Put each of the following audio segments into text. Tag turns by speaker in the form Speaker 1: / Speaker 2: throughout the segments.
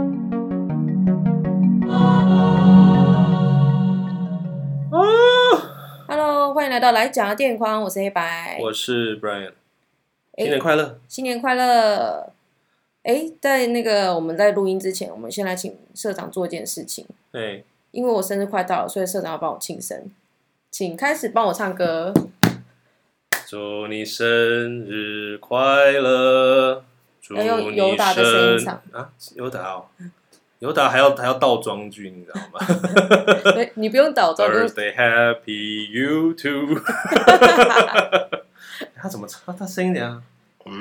Speaker 1: 哦来到来讲的电影框，我是黑白。
Speaker 2: 我是 Brian，
Speaker 1: 哎
Speaker 2: 新年快乐！
Speaker 1: 新年快乐！哎，在那个我们在录音之前，我们先来请社长做一件事情，
Speaker 2: 对，
Speaker 1: 因为我生日快到了，所以社长要帮我庆生，请开始帮我唱歌。
Speaker 2: 祝你生日快乐！祝
Speaker 1: 要用
Speaker 2: 你
Speaker 1: 尤达的声音
Speaker 2: 生
Speaker 1: 唱
Speaker 2: 啊，尤达哦，尤达还要还要倒装句，你知道 吗
Speaker 1: 对你不用倒装，就是
Speaker 2: ？Birthday happy you too 他怎么唱？他声音怎样？嗯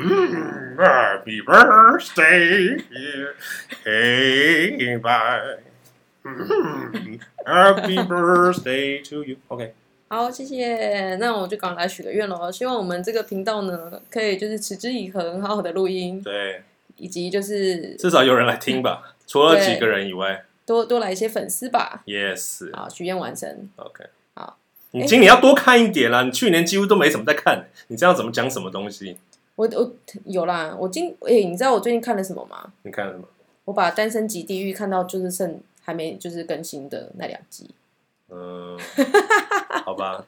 Speaker 2: ，Happy birthday, dear Hey bye. 嗯 Happy birthday to you. OK。
Speaker 1: 好，谢谢。那我就赶快来许个愿喽，希望我们这个频道呢，可以就是持之以恒，好好的录 音，
Speaker 2: 对，
Speaker 1: 以及就是
Speaker 2: 至少有人来听
Speaker 1: 嗯
Speaker 2: 吧，除了
Speaker 1: 对
Speaker 2: 几个人以外
Speaker 1: 多多来一些粉丝吧。
Speaker 2: ，yes，OK，、
Speaker 1: 好，许愿完成。
Speaker 2: OK
Speaker 1: 好。
Speaker 2: 你今年要多看一点啦！你去年几乎都没怎么在看，你这样怎么讲什么东西？
Speaker 1: 我我有啦，我今哎、你知道我最近看了什么吗？
Speaker 2: 你看了吗？
Speaker 1: 我把《单身级地狱》看到就是剩还没就是更新的那两集。
Speaker 2: 嗯、好吧，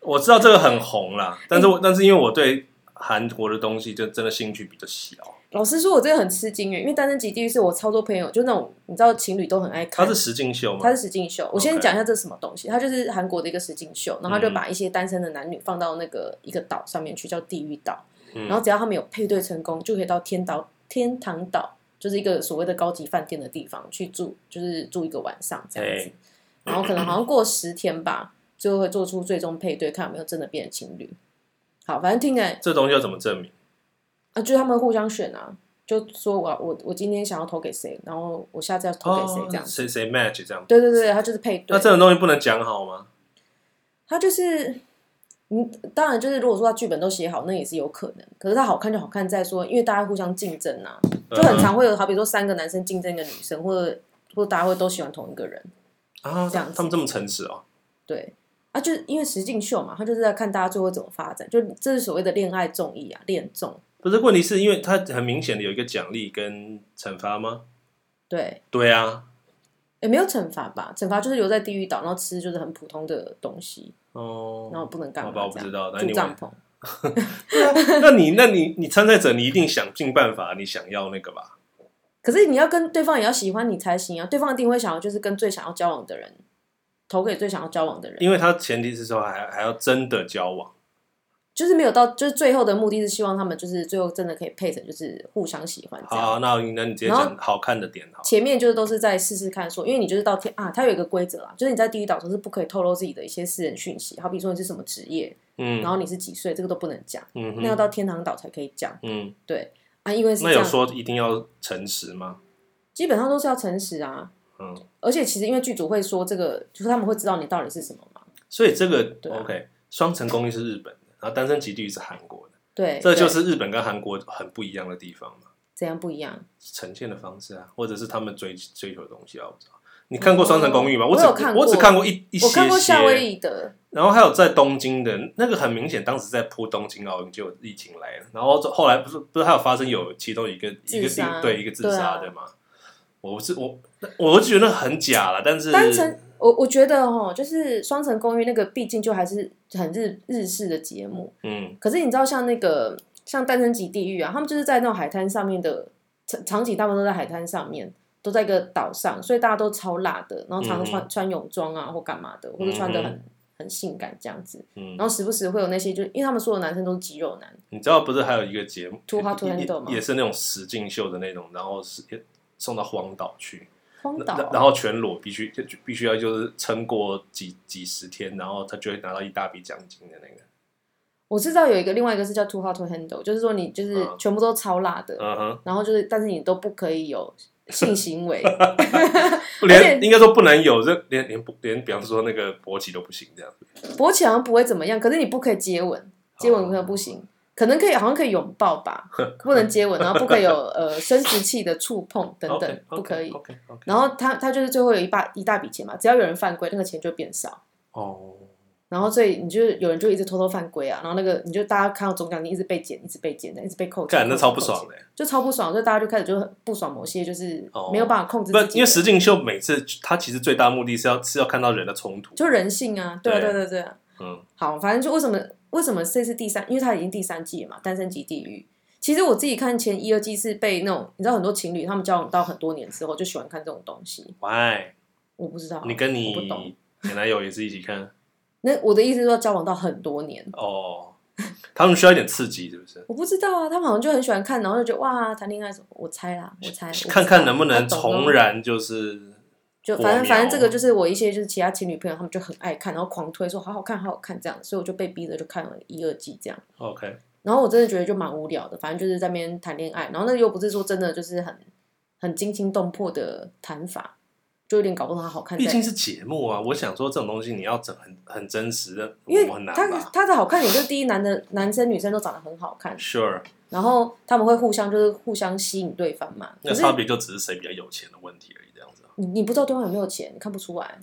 Speaker 2: 我知道这个很红啦，但是我、但是因为我对韩国的东西就真的兴趣比较小，
Speaker 1: 老实说，我真的很吃惊耶，欸因为《单身级地狱》是我超多朋友，就那种你知道情侣都很爱看。
Speaker 2: 它是实境秀
Speaker 1: 它
Speaker 2: 吗？
Speaker 1: 是实境秀，我先
Speaker 2: OK 嗯
Speaker 1: 讲一下这是什么东西。它就是韩国的一个实境秀，然后他就把一些单身的男女放到那个一个岛上面去，叫地狱岛。
Speaker 2: 嗯
Speaker 1: 然后只要他们有配对成功，就可以到天岛天堂岛，就是一个所谓的高级饭店的地方去住，就是住一个晚上这样子
Speaker 2: 哎。
Speaker 1: 然后可能好像过十天吧，最后会做出最终配对，看有没有真的变成情侣。好，反正听起来
Speaker 2: 这东西要怎么证明？
Speaker 1: 啊，就是他们互相选啊，就说我我我今天想要投给谁，然后我下次要投给谁这样子。
Speaker 2: 哦谁谁 match 这样？
Speaker 1: 对对对，他就是配对
Speaker 2: 那。这种东西不能讲好吗？
Speaker 1: 他就是，嗯，当然就是，如果说他剧本都写好，那也是有可能。可是他好看就好看在说，因为大家互相竞争啊，就很常会有，好比说三个男生竞争一个女生，或者或者大家会都喜欢同一个人，
Speaker 2: 嗯哼啊，
Speaker 1: 这样子
Speaker 2: 他们这么诚实哦、
Speaker 1: 对。啊，就是因为实境秀嘛，他就是在看大家最后怎么发展，就这是所谓的恋爱综艺啊，恋综。
Speaker 2: 不是，问题是因为它很明显的有一个奖励跟惩罚吗？
Speaker 1: 对，
Speaker 2: 对啊，
Speaker 1: 也没有惩罚吧，惩罚就是留在地狱岛，然后吃就是很普通的东西，
Speaker 2: 哦，
Speaker 1: 然后不能干嘛
Speaker 2: 好吧
Speaker 1: 这样。
Speaker 2: 我不知道但
Speaker 1: 住
Speaker 2: anyway
Speaker 1: 帐篷。
Speaker 2: 啊那你那你你参赛者，你一定想尽办法，你想要那个吧？
Speaker 1: 可是你要跟对方也要喜欢你才行啊，对方一定会想要就是跟最想要交往的人，投给最想要交往的人，
Speaker 2: 因为他前提是说还还要真的交往，
Speaker 1: 就是没有到就是最后的目的是希望他们就是最后真的可以配成就是互相喜欢这样。
Speaker 2: 好，那你那你直接
Speaker 1: 然后
Speaker 2: 讲好看的点好了，
Speaker 1: 前面就是都是在试试看说，因为你就是到天啊，它有一个规则啊，就是你在地狱岛上是不可以透露自己的一些私人讯息，好比说你是什么职业，
Speaker 2: 嗯
Speaker 1: 然后你是几岁，这个都不能讲，
Speaker 2: 嗯
Speaker 1: 那要
Speaker 2: 哼，
Speaker 1: 到天堂岛才可以讲。
Speaker 2: 嗯，
Speaker 1: 对啊，因为是
Speaker 2: 那
Speaker 1: 这
Speaker 2: 有
Speaker 1: 样，
Speaker 2: 说一定要诚实吗？
Speaker 1: 基本上都是要诚实啊。
Speaker 2: 嗯，
Speaker 1: 而且其实因为剧组会说这个，就是他们会知道你到底是什么嘛。
Speaker 2: 所以这个
Speaker 1: 对啊
Speaker 2: OK，双城公寓是日本的，然后单身极地狱是韩国的，
Speaker 1: 对，
Speaker 2: 这就
Speaker 1: 对
Speaker 2: 是日本跟韩国很不一样的地方嘛，
Speaker 1: 怎样不一样。
Speaker 2: 呈现的方式啊，或者是他们追追求的东西啊，我不知道。你看过《双城公寓》吗？
Speaker 1: 哦
Speaker 2: 我只
Speaker 1: 我有看过
Speaker 2: 只看过一一些些，
Speaker 1: 我看过夏威夷的，
Speaker 2: 然后还有在东京的那个很明显，当时在铺东京奥运就有疫情来了，然后这后来不是不是还有发生有其中一个一个
Speaker 1: 自杀
Speaker 2: 地对一个自杀
Speaker 1: 对啊
Speaker 2: 的嘛？我是我我是觉得很假了，但是
Speaker 1: 单程，我我觉得哦，就是《双城公寓》那个，毕竟就还是很日日式的节目。
Speaker 2: 嗯
Speaker 1: 可是你知道，像那个像《单身级地狱》啊，他们就是在那种海滩上面的场场景，大部分都在海滩上面，都在一个岛上，所以大家都超辣的，然
Speaker 2: 嗯
Speaker 1: 后常常穿、穿泳装啊或干嘛的，或者穿的很、很性感这样子。
Speaker 2: 嗯
Speaker 1: 然，后时不时会有那些，就因为他们所有男生都是肌肉男，
Speaker 2: 你知道不是还有一个节目
Speaker 1: Too Hot to
Speaker 2: 也
Speaker 1: Handle 吗
Speaker 2: 也是那种实境秀的那种，然后是也送到荒岛去，
Speaker 1: 荒岛哦
Speaker 2: 然然后全裸必须就就必须要就是撑过几几十天，然后他就会拿到一大笔奖金的那个，
Speaker 1: 我知道有一个，另外一个是叫 Too Hot to Handle，就是说你就是
Speaker 2: 嗯
Speaker 1: 全部都超辣的，
Speaker 2: 嗯哼。
Speaker 1: 然后就是，但是你都不可以有性行为，而
Speaker 2: 连
Speaker 1: 且
Speaker 2: 应该说不能有，这连连不连，比方说那个勃起都不行这样子。
Speaker 1: 勃起好像不会怎么样，可是你不可以接吻，接吻可能不
Speaker 2: 哦
Speaker 1: 行，可能可以，好像可以拥抱 吧，不能接吻，然后不可以有呃生殖器的触碰等等
Speaker 2: OK，OK，OK，OK，，
Speaker 1: 不可以。
Speaker 2: OK OK。
Speaker 1: 然后他他就是最后有一大一大笔钱嘛，只要有人犯规，那个钱就变少。
Speaker 2: 哦，
Speaker 1: 然后所以你就是有人就一直偷偷犯规啊，然后那个你就大家看到总奖金一直被减，一直被减，一直被扣钱，
Speaker 2: 干那超不
Speaker 1: 扣
Speaker 2: 爽
Speaker 1: 钱，
Speaker 2: 的欸。
Speaker 1: 就超不爽，所以大家就开始就很不爽某些就是
Speaker 2: 哦
Speaker 1: 没有办法控制
Speaker 2: 不
Speaker 1: 自己，的
Speaker 2: 因为实境秀每次它其实最大目的是要是要看到人的冲突。
Speaker 1: 就人性啊，对啊，
Speaker 2: 对
Speaker 1: 对对对啊。
Speaker 2: 嗯
Speaker 1: 好，反正就为什么为什么这是第三，因为它已经第三季了嘛，《单身级地狱》。其实我自己看前一二季是被那种，你知道很多情侣他们交往到很多年之后就喜欢看这种东西，
Speaker 2: ，Why？
Speaker 1: 我不知道。
Speaker 2: 你跟
Speaker 1: 哦我不懂
Speaker 2: 你前男友也是一起看
Speaker 1: 那我的意思是说交往到很多年，
Speaker 2: 哦？他们需要一点刺激，是不 是？
Speaker 1: 我不知道啊，他们好像就很喜欢看，然后就觉得哇谈恋爱什么，我猜啦，我猜，我不知道
Speaker 2: 看看能不能
Speaker 1: 我懂啊
Speaker 2: 重燃，就是
Speaker 1: 就反
Speaker 2: 火
Speaker 1: 正
Speaker 2: 苗
Speaker 1: 反正这个就是我一些就是其他情侣朋友他们就很爱看，然后狂推说好好看好好看这样，所以我就被逼着就看了一二季这样。
Speaker 2: OK。
Speaker 1: 然后我真的觉得就蛮无聊的，反正就是在那边谈恋爱，然后那个又不是说真的就是很很惊心动魄的谈法，就有点搞不懂它好看
Speaker 2: 毕
Speaker 1: 在
Speaker 2: 竟。是节目啊，我想说这种东西你要整很很真实的，
Speaker 1: 因为
Speaker 2: 我很难
Speaker 1: 他
Speaker 2: 吧
Speaker 1: 他的好看点就是第一男的男生女生都长得很好看，
Speaker 2: ？Sure，
Speaker 1: 然后他们会互相就是互相吸引对方嘛。可
Speaker 2: 那
Speaker 1: 是
Speaker 2: 差别就只是谁比较有钱的问题而已，这样子啊。
Speaker 1: 你你不知道对方有没有钱，你看不出来，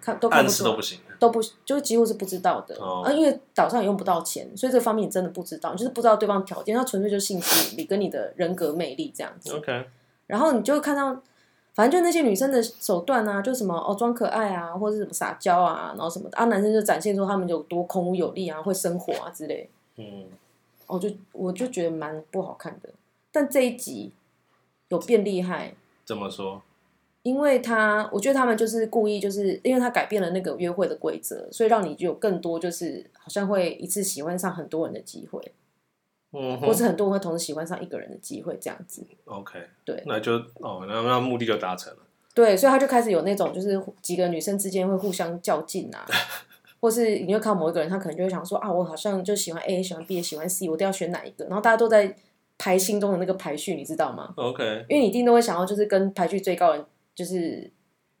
Speaker 1: 看都看
Speaker 2: 暗
Speaker 1: 不
Speaker 2: 示
Speaker 1: 出来
Speaker 2: 都不行。
Speaker 1: 都不就几乎是不知道的，
Speaker 2: 哦
Speaker 1: 啊，因为岛上也用不到钱，所以这方面你真的不知道，你就是不知道对方条件，他纯粹就是性吸引力跟你的人格魅力这样子。
Speaker 2: OK，
Speaker 1: 然后你就看到，反正就那些女生的手段啊，就什么哦装可爱啊，或者是什么撒娇啊，然后什么的啊，男生就展现出他们有多空无有力啊，会生火啊之类。
Speaker 2: 嗯，
Speaker 1: 我就我就觉得蛮不好看的，但这一集有变厉害，
Speaker 2: 这么说，
Speaker 1: 因为他，我觉得他们就是故意，就是因为他改变了那个约会的规则，所以让你有更多就是好像会一次喜欢上很多人的机会，
Speaker 2: 嗯
Speaker 1: 或
Speaker 2: 哼
Speaker 1: 是很多人会同时喜欢上一个人的机会这样子。
Speaker 2: ，OK，
Speaker 1: 对
Speaker 2: 那就哦，那那目的就达成了。
Speaker 1: 对，所以他就开始有那种就是几个女生之间会互相较 劲啊，或是你会看到某一个人，他可能就会想说啊，我好像就喜欢 A，喜欢 B，喜欢 C，我都要选哪一个，然后大家都在排心中的那个排序，你知道吗？
Speaker 2: OK，
Speaker 1: 因为你一定都会想要就是跟排序最高的人，就是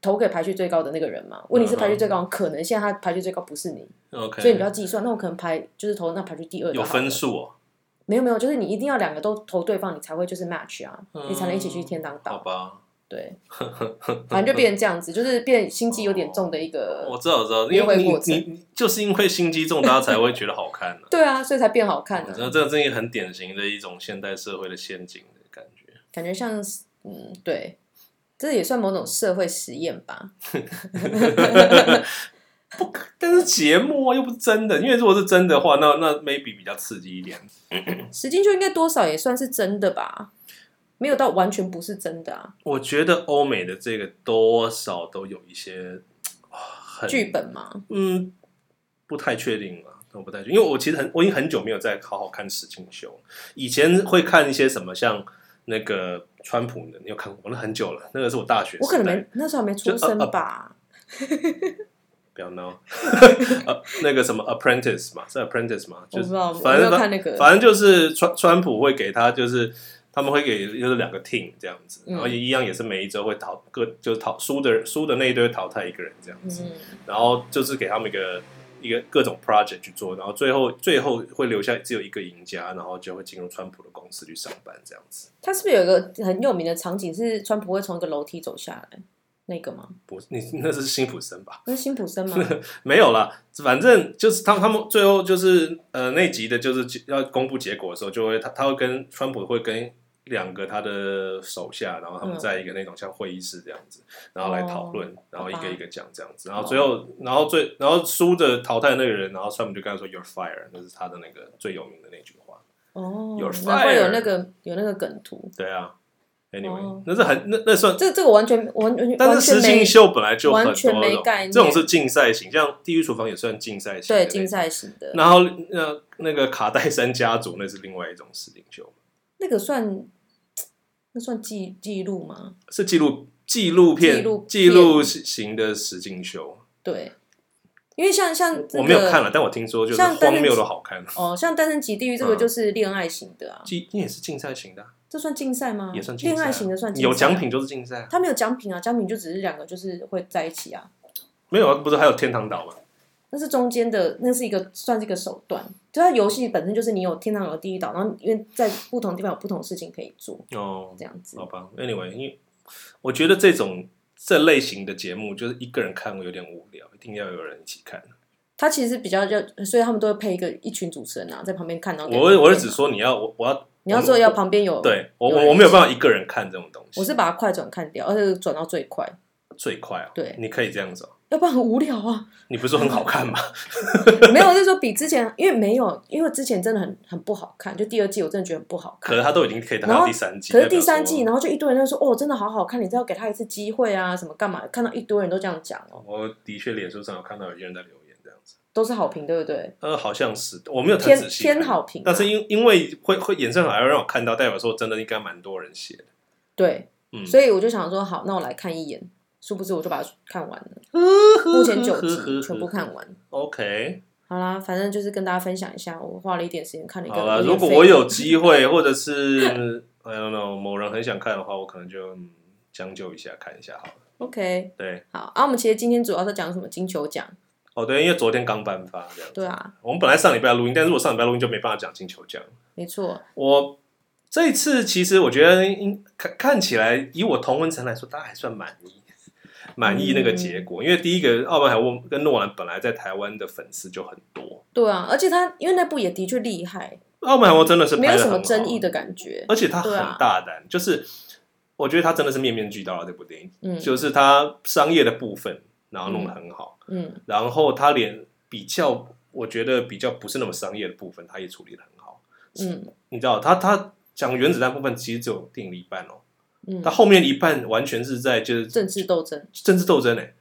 Speaker 1: 投给排序最高的那个人嘛。问题是排序最高
Speaker 2: 嗯
Speaker 1: 人可能现在他排序最高不是你，
Speaker 2: OK，
Speaker 1: 所以你不要计算。那我可能排就是投那排序第二就
Speaker 2: 有
Speaker 1: 好了
Speaker 2: 分？数哦，
Speaker 1: 没有没有，就是你一定要两个都投对方，你才会就是 match 啊，你才能一起去天堂
Speaker 2: 嗯好
Speaker 1: 岛。
Speaker 2: 吧？
Speaker 1: 对，反正就变成这样子，就是变心机有点重的一个。
Speaker 2: 哦我知道，我知道，
Speaker 1: 约
Speaker 2: 因
Speaker 1: 会
Speaker 2: 为你
Speaker 1: 过程
Speaker 2: 你你就是因为心机重，大家才会觉得好看呢、
Speaker 1: 对啊，所以才变好看
Speaker 2: 我
Speaker 1: 的、
Speaker 2: 知道这个真的很典型的一种现代社会的陷阱的感觉。
Speaker 1: 感觉像是嗯，对，这也算某种社会实验吧。
Speaker 2: 但是节目啊，又不是真的，因为如果是真的话，那那 maybe 比较刺激一点。
Speaker 1: 实境秀应该多少也算是真的吧，没有到完全不是真的啊。
Speaker 2: 我觉得欧美的这个多少都有一些啊很
Speaker 1: 剧本嘛，
Speaker 2: 嗯，不太确定啊，我不太确定，因为我其实很我已经很久没有再好好看实境秀了。以前会看一些什么像那个川普的，你有看过吗？那很久了，那个是我大学时代。呃
Speaker 1: 我可能没那时候还没出生吧。
Speaker 2: 不要闹， 呃，那个什么 Apprentice 嘛，是 Apprentice 嘛，
Speaker 1: 我
Speaker 2: 就
Speaker 1: 不
Speaker 2: 是
Speaker 1: 知道我
Speaker 2: 反
Speaker 1: 没有
Speaker 2: 正
Speaker 1: 看那个
Speaker 2: 反正就是川川普会给他就是。他们会给就是两个 team 这样子，
Speaker 1: 嗯
Speaker 2: 然后也一样也是每一周会淘各就是淘输的输的那一队淘汰一个人这样子，
Speaker 1: 嗯，
Speaker 2: 然后就是给他们一个一个各种 project 去做，然后最后最后会留下只有一个赢家，然后就会进入川普的公司去上班这样子。
Speaker 1: 他是不是有一个很有名的场景是川普会从一个楼梯走下来那个吗？
Speaker 2: 不，你那是辛普森吧？
Speaker 1: 那是辛普森吗？
Speaker 2: 没有啦，反正就是他他们最后就是呃那集的就是要公布结果的时候，就会他他会跟川普会跟两个他的手下，然后他们
Speaker 1: 嗯哦
Speaker 2: 在一个那种像会议室这样子，然后来讨论，然后一
Speaker 1: 好吧
Speaker 2: 个一个讲这样子，然后最后然后最然后输的淘汰那个人，然后川普就跟他说 “You're fired”，那是他的那个最有名的那句话。
Speaker 1: 哦
Speaker 2: You're，fired
Speaker 1: 难怪有那个有那个梗图。
Speaker 2: 对啊，anyway，、
Speaker 1: 哦
Speaker 2: 那是很那那算，
Speaker 1: 这这个我完全完完全
Speaker 2: 但
Speaker 1: 完
Speaker 2: 是
Speaker 1: 全
Speaker 2: 实境
Speaker 1: 没
Speaker 2: 秀本来就很多
Speaker 1: 完全没
Speaker 2: 种
Speaker 1: 概念
Speaker 2: 这种是竞赛型，像《地狱厨房》也算竞赛型的那种，
Speaker 1: 对竞赛型的
Speaker 2: 然后那那个卡戴珊家族那是另外一种实境秀，
Speaker 1: 那个算那算记记录吗？
Speaker 2: 是纪录纪录片
Speaker 1: 纪录片
Speaker 2: 纪录型的实境秀。
Speaker 1: 对，因为像像、这个、
Speaker 2: 我没有看了，但我听说就是
Speaker 1: 像但是
Speaker 2: 荒谬的好看。
Speaker 1: 哦，像《单身级地狱》
Speaker 2: 嗯
Speaker 1: 这个就是恋爱型的啊，
Speaker 2: 竞也是竞赛型的啊，
Speaker 1: 这算竞赛吗？
Speaker 2: 也算竞赛啊
Speaker 1: 恋爱型的算竞赛啊
Speaker 2: 有奖品就是竞赛啊，
Speaker 1: 他没有奖品啊，奖品就只是两个就是会在一起啊。
Speaker 2: 没有啊，不是还有天堂岛吗？
Speaker 1: 那是中间的，那是一个算是一个手段。就它游戏本身就是你有天堂有地狱岛，然后因为在不同地方有不同的事情可以做，
Speaker 2: 哦，
Speaker 1: 这样子
Speaker 2: 好。吧，Anyway，因为我觉得这种这类型的节目就是一个人看会有点无聊，一定要有人一起看。
Speaker 1: 它其实比较要，所以他们都会配一个一群主持人啊，在旁边看。然后给
Speaker 2: 我我是
Speaker 1: 意
Speaker 2: 只
Speaker 1: 见啊，
Speaker 2: 说你要我我要
Speaker 1: 你要说要旁边有，，
Speaker 2: 对我
Speaker 1: 哦有人
Speaker 2: 我我没有办法一个人看这种东西，
Speaker 1: 我是把它快转看掉，而且转到最快。
Speaker 2: 最快哦，
Speaker 1: 对
Speaker 2: 你可以这样子哦，
Speaker 1: 要不然很无聊啊。
Speaker 2: 你不是说很好看吗？
Speaker 1: 嗯没有，就是说比之前，因为没有，因为之前真的很很不好看，就第二季我真的觉得很不好
Speaker 2: 可
Speaker 1: 看。
Speaker 2: 是他都已经可以达
Speaker 1: 然
Speaker 2: 到
Speaker 1: 后
Speaker 2: 第三季，
Speaker 1: 可是
Speaker 2: 代表
Speaker 1: 第三
Speaker 2: 说啊
Speaker 1: 季，然后就一堆人在说，哦，真的好好看，你再要给他一次机会啊，什么干嘛？看到一堆人都这样讲哦，
Speaker 2: 我的确脸书上有看到有些人在留言这样子，
Speaker 1: 都是好评，对不对？
Speaker 2: 呃，好像是我没有太
Speaker 1: 偏
Speaker 2: 仔细看
Speaker 1: 偏好评啊、
Speaker 2: 但是因因为会会衍生好，还会让我看到，代表说真的应该蛮多人写的。
Speaker 1: 对，
Speaker 2: 嗯，
Speaker 1: 所以我就想说，好，那我来看一眼。殊不知我就把它看完了，目
Speaker 2: 目
Speaker 1: 前九集全部看完。
Speaker 2: OK，
Speaker 1: 好啦，反正就是跟大家分享一下，我花了一点时间看了一个。
Speaker 2: 好了，如果我有机会，或者是 I don't know 某人很想看的话，我可能就嗯将就一下看一下好了。
Speaker 1: OK，
Speaker 2: 对，
Speaker 1: 好啊，我们其实今天主要是讲什么金球奖，
Speaker 2: 哦对，因为昨天刚颁发这样子。
Speaker 1: 对啊，
Speaker 2: 我们本来上礼拜要录音，但是我上礼拜录音就没办法讲金球奖。
Speaker 1: 没错，
Speaker 2: 我这一次其实我觉得应看看起来，以我同文层来说，大家还算满意，满意那个结果。因为第一个，奥本海默跟诺兰本来在台湾的粉丝就很多，
Speaker 1: 对啊，而且他因为那部也的确厉害，
Speaker 2: 奥本海哦默真的是
Speaker 1: 没有
Speaker 2: 拍得
Speaker 1: 什
Speaker 2: 很好
Speaker 1: 么争议，的感觉，
Speaker 2: 而且他很
Speaker 1: 对啊
Speaker 2: 大胆，就是我觉得他真的是面面俱到了这部电影，
Speaker 1: 嗯
Speaker 2: 就是他商业的部分，然后弄得很好，
Speaker 1: 嗯，
Speaker 2: 然后他连比较，我觉得比较不是那么商业的部分，他也处理的很好。
Speaker 1: 嗯
Speaker 2: 你知道，他他讲原子弹部分其实只有电影的一半哦。
Speaker 1: 嗯
Speaker 2: 他，后面一半完全是在就是
Speaker 1: 政治斗争，
Speaker 2: 政治斗争哎、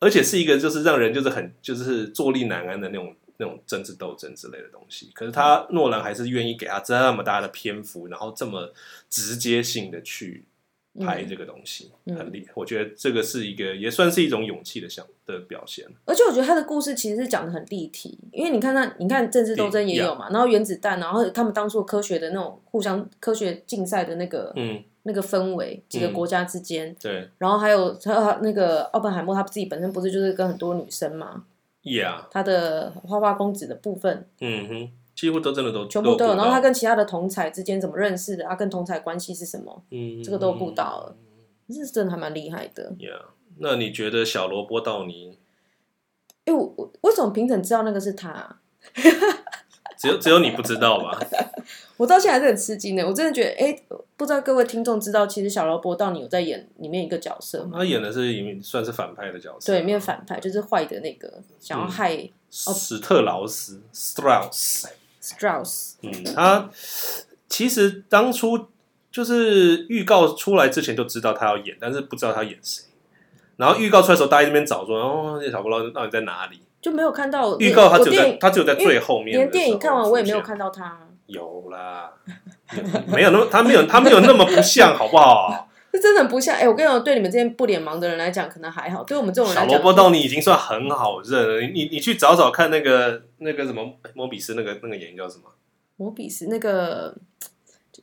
Speaker 2: 而且是一个就是让人就是很就是坐立难安的那种那种政治斗争之类的东西。可是他诺兰还是愿意给他这么大的篇幅，然后这么直接性的去拍这个东西，
Speaker 1: 嗯
Speaker 2: 很厉害。我觉得这个是一个也算是一种勇气的想的表现。
Speaker 1: 而且我觉得他的故事其实是讲的很立体，因为你看那你看政治斗争也有嘛，然后原子弹，然后他们当初科学的那种互相科学竞赛的那个、
Speaker 2: 嗯，
Speaker 1: 那个氛围，几个国家之间，
Speaker 2: 对
Speaker 1: 然后还有还有那个奥本海默他自己本身不是就是跟很多女生嘛，
Speaker 2: ，Yeah，
Speaker 1: 他的花花公子的部分。
Speaker 2: 嗯哼，几乎都真的都
Speaker 1: 全部都有。然后他
Speaker 2: 跟
Speaker 1: 跟其他的同才之间怎么认识的？他、啊跟同才关系是什么？
Speaker 2: 嗯
Speaker 1: 这个都顾到了。这真的还蛮厉害的。
Speaker 2: Yeah，那你觉得小萝卜到你？
Speaker 1: 哎、我我为什么评审知道那个是他啊、
Speaker 2: 只有只有你不知道吧？
Speaker 1: 我到现在还是很吃惊的。我真的觉得，哎、不知道各位听众知道，其实小萝卜到你有在演里面一个角色吗？
Speaker 2: 他演的是里面算是啊嗯反派的角色，
Speaker 1: 对，里哦面反派就是坏的那个，想要害
Speaker 2: 史特劳斯 （Strauss）。
Speaker 1: Strauss。
Speaker 2: 嗯，他其实当初就是预告出来之前就知道他要演，但是不知道他演谁。然后预告出来的时候，大家这边找说：“哦，小布劳到底在哪里
Speaker 1: 就没有看到？”
Speaker 2: 预告他
Speaker 1: 我
Speaker 2: 只有
Speaker 1: 电
Speaker 2: 在
Speaker 1: 影
Speaker 2: 他只有在最后面的时候
Speaker 1: 连电影看完我也没有
Speaker 2: 出现。
Speaker 1: 看到他，
Speaker 2: 有啦，没有那么他没有他没有那么不像，好不好？
Speaker 1: 这真的很不像。哎、我跟你讲，对你们这些不脸盲的人来讲，可能还好；对我们这种人
Speaker 2: 小
Speaker 1: 来
Speaker 2: 萝
Speaker 1: 讲，
Speaker 2: 卜到你已经算很好认了。你你你去找找看那个那个什么摩比斯那个那个演员叫什么？
Speaker 1: 摩比斯那个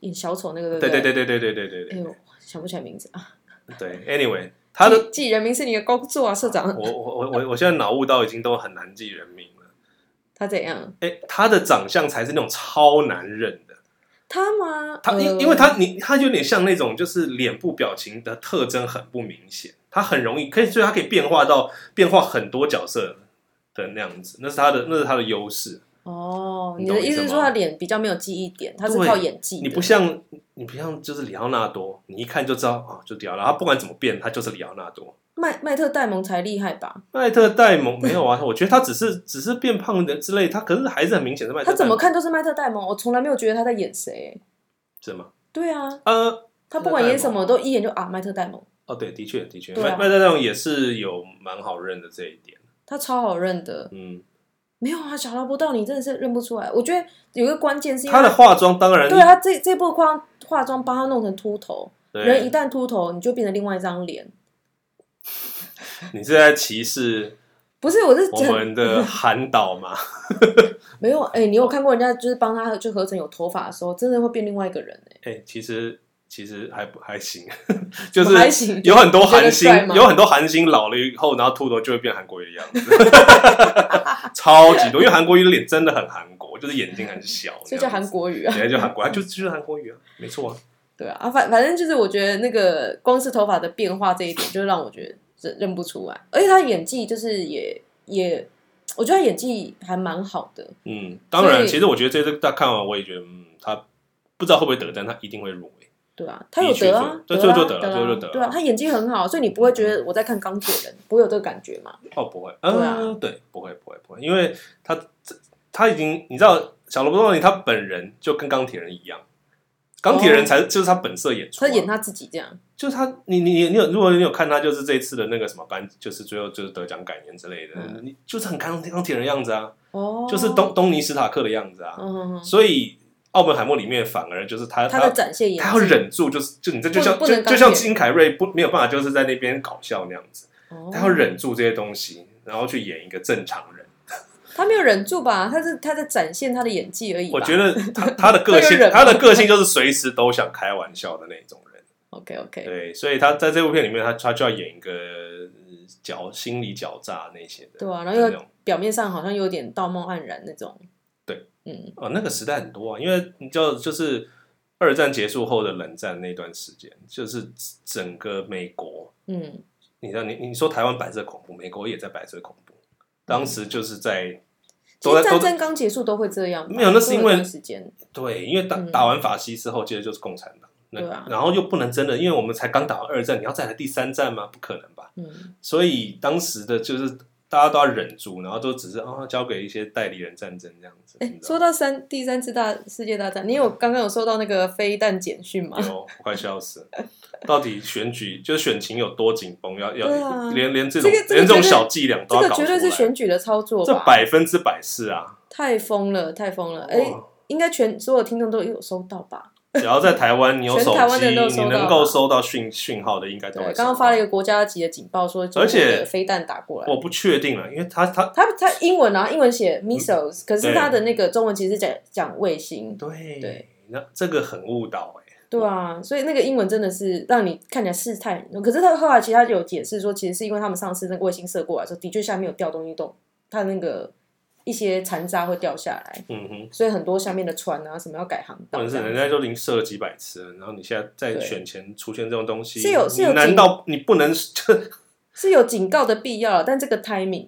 Speaker 1: 演小丑那个，
Speaker 2: 对
Speaker 1: 对
Speaker 2: 对
Speaker 1: 不
Speaker 2: 对对对对对对
Speaker 1: 哎
Speaker 2: 对
Speaker 1: 呦，想不起来名字啊。
Speaker 2: 对。Anyway，他的
Speaker 1: 记记人名是你的工作啊，社长。
Speaker 2: 我我我我我现在脑雾到已经都很难记人名了。
Speaker 1: 他怎样？
Speaker 2: 哎，他的长相才是那种超难认的。
Speaker 1: 他吗？
Speaker 2: 他因
Speaker 1: 呃
Speaker 2: 因为他你他有点像那种就是脸部表情的特征很不明显，他很容易可以所以他可以变化到变化很多角色的那样子，那是他的那是他的优势。
Speaker 1: 哦，
Speaker 2: 你
Speaker 1: 你
Speaker 2: 懂
Speaker 1: 的
Speaker 2: 我意
Speaker 1: 意
Speaker 2: 思
Speaker 1: 思
Speaker 2: 吗
Speaker 1: 是说他脸比较没有记忆点，他是
Speaker 2: 对
Speaker 1: 靠演技
Speaker 2: 你
Speaker 1: 的。
Speaker 2: 不像你不像就是里奥纳多，你一看就知道啊，就里奥纳多，他不管怎么变，他就是里奥纳多。
Speaker 1: 麦麦特戴蒙才厉害吧？
Speaker 2: 麦特戴蒙没有啊，我觉得他只是只是变胖的之类，他可是还是很明显是麦特戴
Speaker 1: 他
Speaker 2: 蒙。
Speaker 1: 怎么看都是麦特戴蒙，我从来没有觉得他在演谁。欸
Speaker 2: 是吗？
Speaker 1: 对啊，
Speaker 2: 呃，
Speaker 1: 他不管演什么都一眼就啊麦特戴蒙，
Speaker 2: 哦，对，的确的确，
Speaker 1: 对啊
Speaker 2: 麦麦特戴蒙也是有蛮好认的这一点。
Speaker 1: 他超好认的。
Speaker 2: 嗯，
Speaker 1: 没有啊，小萝卜到你真的是认不出来。我觉得有一个关键是因为
Speaker 2: 他的化妆当然
Speaker 1: 啊对啊他这这部化化妆帮他弄成秃头，人一
Speaker 2: 对，
Speaker 1: 旦秃头，你就变成另外一张脸。
Speaker 2: 你是在歧视
Speaker 1: 不是，我是
Speaker 2: 我
Speaker 1: 真
Speaker 2: 们的 韩导吗？
Speaker 1: 没有哎、你有看过人家就是帮他就合成有头发的时候，真的会变另外一个人哎、
Speaker 2: 哎、其实其实还不还 行，就是
Speaker 1: 还行
Speaker 2: 有很多
Speaker 1: 你觉得
Speaker 2: 韩星
Speaker 1: 帅，吗
Speaker 2: 有很多韩星老了以后，然后秃头就会变韩国瑜 的样子，超级多。因为韩国瑜的脸真的很韩国，就是眼睛很小，
Speaker 1: 所以叫韩国语啊
Speaker 2: 这样子，。 人家就韩国，他就就是韩国瑜啊，没错啊。
Speaker 1: 对啊，啊反反正就是我觉得那个光是头发的变化这一点，就让我觉得认认不出来。而且他演技就是也也，我觉得他演技还蛮好的。
Speaker 2: 嗯，当然，
Speaker 1: 所以
Speaker 2: 其实我觉得这次大家看完，我也觉得，嗯，他不知道会不会得，但他一定会入围。
Speaker 1: 对啊，他有
Speaker 2: 的确
Speaker 1: 得啊，
Speaker 2: 是
Speaker 1: 啊
Speaker 2: 对最后就
Speaker 1: 得
Speaker 2: 得了
Speaker 1: 啊
Speaker 2: 最后就得了
Speaker 1: 对啊，他演技很好，所以你不会觉得我在看钢铁人，不会有这个感觉嘛？
Speaker 2: 哦，不会，
Speaker 1: 对啊
Speaker 2: 嗯，对，不会，不会，不会，因为他他已经，你知道，小罗伯特·尼他本人就跟钢铁人一样，钢铁人才、就是他本色演出啊、
Speaker 1: 哦他演他自己这样，
Speaker 2: 就是他，你你你你有，如果你有看他，就是这一次的那个什么颁，就是最后就是得奖感言之类的，
Speaker 1: 嗯
Speaker 2: 你就是很钢钢铁人的样子啊，
Speaker 1: 哦，
Speaker 2: 就是东，东尼史塔克的样子啊，
Speaker 1: 嗯哼哼，
Speaker 2: 所以奥本海默里面反而就是他
Speaker 1: 他的展现演技，
Speaker 2: 他要忍住，就是就你这就像
Speaker 1: 不
Speaker 2: 就
Speaker 1: 能钢
Speaker 2: 就像
Speaker 1: 铁
Speaker 2: 金凯瑞不没有办法，就是在那边搞笑那样子。
Speaker 1: 哦
Speaker 2: 他要，忍住这些东西，然后去演一个正常人。
Speaker 1: 他没有忍住吧？他是他在展现他的演技而已吧。
Speaker 2: 我觉得他他的个
Speaker 1: 他要
Speaker 2: 性，
Speaker 1: 忍
Speaker 2: 他的个性就是随时都想开玩笑的那种人。
Speaker 1: OK OK，
Speaker 2: 对，所以他在这部片里面，他他就要演一个呃狡心理狡诈那些的。
Speaker 1: 对啊，然后
Speaker 2: 那
Speaker 1: 又
Speaker 2: 种
Speaker 1: 表面上好像有点道貌岸然那种，
Speaker 2: 对，
Speaker 1: 嗯，
Speaker 2: 哦，那个时代很多啊，因为你知道，就是二战结束后的冷战那段时间，就是整个美国，
Speaker 1: 嗯，
Speaker 2: 你知道，你你说台湾白色恐怖，美国也在白色恐怖，当时就是在
Speaker 1: 嗯其
Speaker 2: 都在
Speaker 1: 实
Speaker 2: 都
Speaker 1: 战
Speaker 2: 在
Speaker 1: 争刚结束都会这样吧，
Speaker 2: 没有那是因为
Speaker 1: 都有段时间，
Speaker 2: 对，因为打
Speaker 1: 嗯
Speaker 2: 打完法西之后，接着就是共产党，那
Speaker 1: 对啊
Speaker 2: 然后又不能真的，因为我们才刚打完二战，你要再来第三战吗？不可能吧。
Speaker 1: 嗯，
Speaker 2: 所以当时的就是大家都要忍住，然后都只是啊、交给一些代理人战争这样子。
Speaker 1: 哎
Speaker 2: 你，知
Speaker 1: 说
Speaker 2: 道
Speaker 1: 到三第三次大世界大战，
Speaker 2: 嗯
Speaker 1: 你有刚刚有收到那个飞弹简讯吗？
Speaker 2: 吗有，我快笑死了！到底选举就是选情有多紧绷？要要、
Speaker 1: 对啊
Speaker 2: 连连这种、
Speaker 1: 这个这个
Speaker 2: 连这种
Speaker 1: 绝对
Speaker 2: 小伎俩都
Speaker 1: 这
Speaker 2: 要
Speaker 1: 个
Speaker 2: 搞出
Speaker 1: 绝
Speaker 2: 来，
Speaker 1: 对是选举的操作
Speaker 2: 这
Speaker 1: 吧？
Speaker 2: 百分之百是啊！
Speaker 1: 太疯了，太疯了！哎、
Speaker 2: 哇
Speaker 1: 应该全所有听众都有收到吧？
Speaker 2: 只要在台湾，你有
Speaker 1: 全
Speaker 2: 手
Speaker 1: 台湾
Speaker 2: 机，
Speaker 1: 人都有
Speaker 2: 你
Speaker 1: 收到
Speaker 2: 能够
Speaker 1: 吧
Speaker 2: 收到讯讯号的，应该都
Speaker 1: 对
Speaker 2: 会。，
Speaker 1: 刚刚发了一个国家级的警报，说中国
Speaker 2: 而且
Speaker 1: 的飞弹打过来。
Speaker 2: 我不确定了，因为他他
Speaker 1: 他他英文啊，英文写
Speaker 2: 嗯
Speaker 1: missiles，、可是
Speaker 2: 对
Speaker 1: 他的那个中文其实讲讲卫星，
Speaker 2: 对
Speaker 1: 对，
Speaker 2: 那这个很误导哎、
Speaker 1: 对啊，所以那个英文真的是让你看起来事态很严重。可是他后来其实他有解释说，其实是因为他们上次那个卫星射过来的时候，的确下面有掉东西动，它那个一些残渣会掉下来，
Speaker 2: 嗯哼，
Speaker 1: 所以很多下面的船啊什么要改航
Speaker 2: 或
Speaker 1: 道
Speaker 2: 者
Speaker 1: 这
Speaker 2: 哦是
Speaker 1: 样子，
Speaker 2: 人家都已经射了几百次了，然后你现在在
Speaker 1: 对
Speaker 2: 选前出现这种东西，
Speaker 1: 是有
Speaker 2: 你
Speaker 1: 是有
Speaker 2: 难
Speaker 1: 警
Speaker 2: 道你不能就是
Speaker 1: 有警告的必要了，但这个 timing。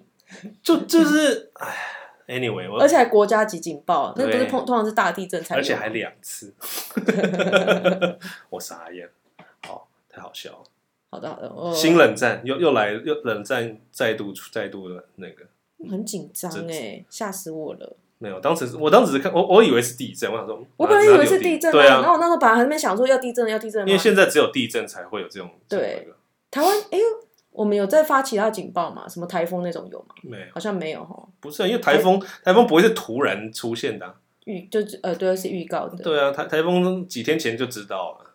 Speaker 2: 就就是哎，anyway，我
Speaker 1: 而且还国家级警报，那不是
Speaker 2: 对
Speaker 1: 通通常是大地震才
Speaker 2: 哦
Speaker 1: 有，
Speaker 2: 而且还两 次，我傻眼，好，太好笑了。
Speaker 1: 好的好的，哦，
Speaker 2: 新冷战又又来又冷战再度出再度的那个
Speaker 1: 很紧张
Speaker 2: 这
Speaker 1: 哎，吓死我了！
Speaker 2: 没有，当时是我当时是看我我以为是地震，我想说，
Speaker 1: 我
Speaker 2: 哪
Speaker 1: 本
Speaker 2: 哪
Speaker 1: 来以
Speaker 2: 里
Speaker 1: 为
Speaker 2: 有
Speaker 1: 是地震
Speaker 2: 对
Speaker 1: 然
Speaker 2: 啊，
Speaker 1: 后我那时候本来还在那边想说要地震了要地震
Speaker 2: 因
Speaker 1: 了
Speaker 2: 为
Speaker 1: 吗？
Speaker 2: 现在只有地震才会有这种
Speaker 1: 对，
Speaker 2: 这种
Speaker 1: 台湾哎呦，我们有在发其他警报吗？什么台风那种有吗？
Speaker 2: 那个没有。
Speaker 1: 好像没有哈，
Speaker 2: 不是啊，因为台风台风不会是突然出现的啊、
Speaker 1: 预就是呃对，是预告的，
Speaker 2: 对啊，台台风几天前就知道了。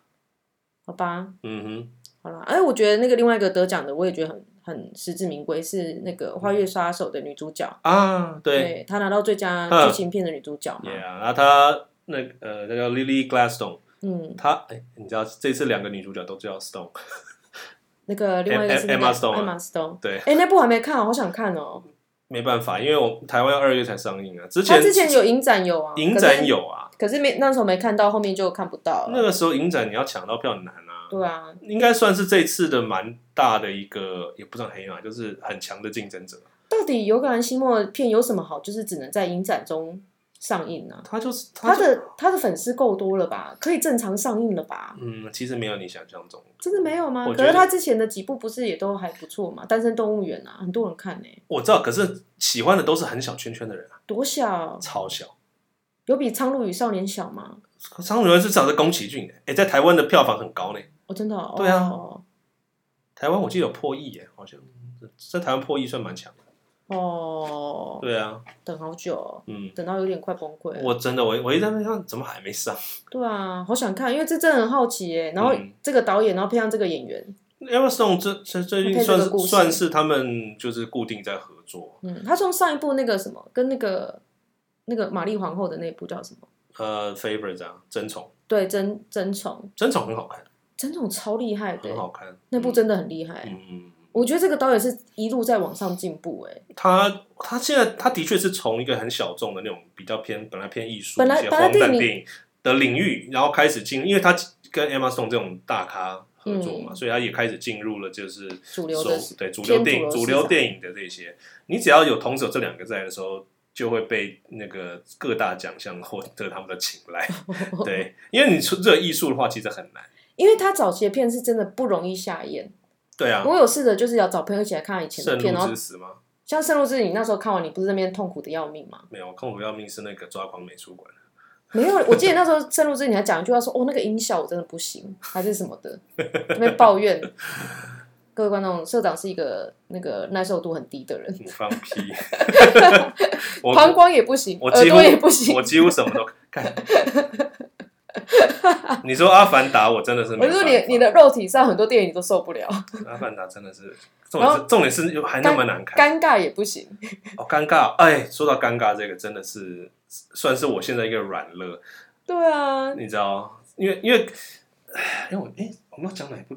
Speaker 1: 好吧，
Speaker 2: 嗯哼，
Speaker 1: 好啦，哎，我觉得那个另外一个得奖的，我也觉得很很实至名归，是那个《花月杀手》的女主角，
Speaker 2: 啊，对，
Speaker 1: 对她拿到最佳
Speaker 2: 嗯
Speaker 1: 剧情片的女主角嘛
Speaker 2: 也，啊，然后他那个呃，他叫 Lily Gladstone，
Speaker 1: 嗯，
Speaker 2: 他哎、你知道这次两个女主角都叫 Stone，
Speaker 1: 那个另外一个是
Speaker 2: Emma
Speaker 1: 那个
Speaker 2: Stone 啊
Speaker 1: Emma Stone，
Speaker 2: 对，
Speaker 1: 哎，那部还没看，好想看哦。
Speaker 2: 没办法，因为我台湾要二月才上映啊，之
Speaker 1: 他
Speaker 2: 前
Speaker 1: 之前有影展有啊，
Speaker 2: 影展有啊，
Speaker 1: 可是，可是没那时候没看到，后面就看不到
Speaker 2: 那
Speaker 1: 了。
Speaker 2: 个时候影展你要抢到票很难啊，
Speaker 1: 对啊，
Speaker 2: 应该算是这次的蛮大的一个，也不算黑马，就是很强的竞争者。
Speaker 1: 到底尤格兰西莫的片有什么好？就是只能在影展中上映啊。
Speaker 2: 他就是他
Speaker 1: 他
Speaker 2: 就
Speaker 1: 的他的粉丝够多了吧？可以正常上映了吧？
Speaker 2: 嗯，其实没有你想象中
Speaker 1: 真的没有吗
Speaker 2: 我？觉
Speaker 1: 可
Speaker 2: 得
Speaker 1: 是他之前的几部不是也都还不错嘛，《单身动物园》啊，很多人看呢、
Speaker 2: 我知道，可是喜欢的都是很小圈圈的人啊，
Speaker 1: 多小？
Speaker 2: 超小。
Speaker 1: 有比《苍鹭与少年》小吗？
Speaker 2: 张主任是找的宫崎骏的，哎、在台湾的票房很高呢。
Speaker 1: 哦，真的、哦。
Speaker 2: 对啊
Speaker 1: 哦
Speaker 2: 台湾我记得有破亿耶，好像在台湾破亿算蛮强的。
Speaker 1: 哦，
Speaker 2: 对啊，
Speaker 1: 等好久、哦，
Speaker 2: 嗯，
Speaker 1: 等到有点快崩溃了。
Speaker 2: 我真的我我一直在那边看，怎么还没上？
Speaker 1: 对啊，好想看，因为这真的很好奇耶。然后
Speaker 2: 嗯
Speaker 1: 这个导演，然后配上这个演员，
Speaker 2: Everstone 这这最
Speaker 1: 配
Speaker 2: 近
Speaker 1: 这个
Speaker 2: 算是
Speaker 1: 故事
Speaker 2: 算是他们就是固定在合作，
Speaker 1: 嗯，他从上一部那个什么，跟那个那个玛丽皇后的那部叫什么？
Speaker 2: 呃，Favors 啊，争宠，
Speaker 1: 对，争争宠，
Speaker 2: 争宠很好看，
Speaker 1: 争宠超厉害
Speaker 2: 很
Speaker 1: 的，欸
Speaker 2: 好看，
Speaker 1: 那部真的很厉害。
Speaker 2: 嗯嗯，
Speaker 1: 我觉得这个导演是一路在往上进步，哎，
Speaker 2: 嗯他他现在他的确是从一个很小众的那种比较偏本来偏艺术
Speaker 1: 本来
Speaker 2: 一些
Speaker 1: 本来
Speaker 2: 荒诞
Speaker 1: 电影
Speaker 2: 电影的领域，然后开始进，因为他跟 Emma Stone 这种大咖合作嘛，所以他也开始进入了就是
Speaker 1: 嗯主流的
Speaker 2: 手对主流电影
Speaker 1: 偏
Speaker 2: 主
Speaker 1: 主流市场
Speaker 2: 流电影的这些，你只要有同时有这两个在的时候，就会被那个 各大奖项获得他们的青睐。对，因为你出这艺术的话，其实很难。
Speaker 1: 因为他早期的片是真的不容易下咽。
Speaker 2: 对啊，
Speaker 1: 我有试着就是要哦找朋友一起来看以前的
Speaker 2: 圣
Speaker 1: 片，然
Speaker 2: 路
Speaker 1: 后
Speaker 2: 之死吗？
Speaker 1: 像《圣路之影》，那时候看完你不是那边痛苦的要命吗？
Speaker 2: 没有，痛苦要命是那个抓狂美术馆，
Speaker 1: 没有，我记得那时候《 圣路之影》还讲一句话说：“哦，那个音效我真的不行，还是什么的。”那边抱怨。各位观众，社长是一个那个耐受度很低的人，
Speaker 2: 你放 屁！我
Speaker 1: 膀胱也不行，
Speaker 2: 我
Speaker 1: 耳
Speaker 2: 几乎
Speaker 1: 朵也不行。
Speaker 2: 我几乎什么都 看。你说《阿凡达》，我真的是没
Speaker 1: 我
Speaker 2: 有
Speaker 1: 就
Speaker 2: 办
Speaker 1: 说
Speaker 2: 法。
Speaker 1: 你你的肉体上很多电影你都受不了，
Speaker 2: 《阿凡达》真的是，重
Speaker 1: 然
Speaker 2: 点
Speaker 1: 后
Speaker 2: 是重点是还那么难看，
Speaker 1: 尴尬也不行。
Speaker 2: 好尴尬。哎，说到尴尬这个，真的是算是我现在一个软肋，
Speaker 1: 对啊，
Speaker 2: 你知道？因为因为，唉因为我哎，我们要讲哪一部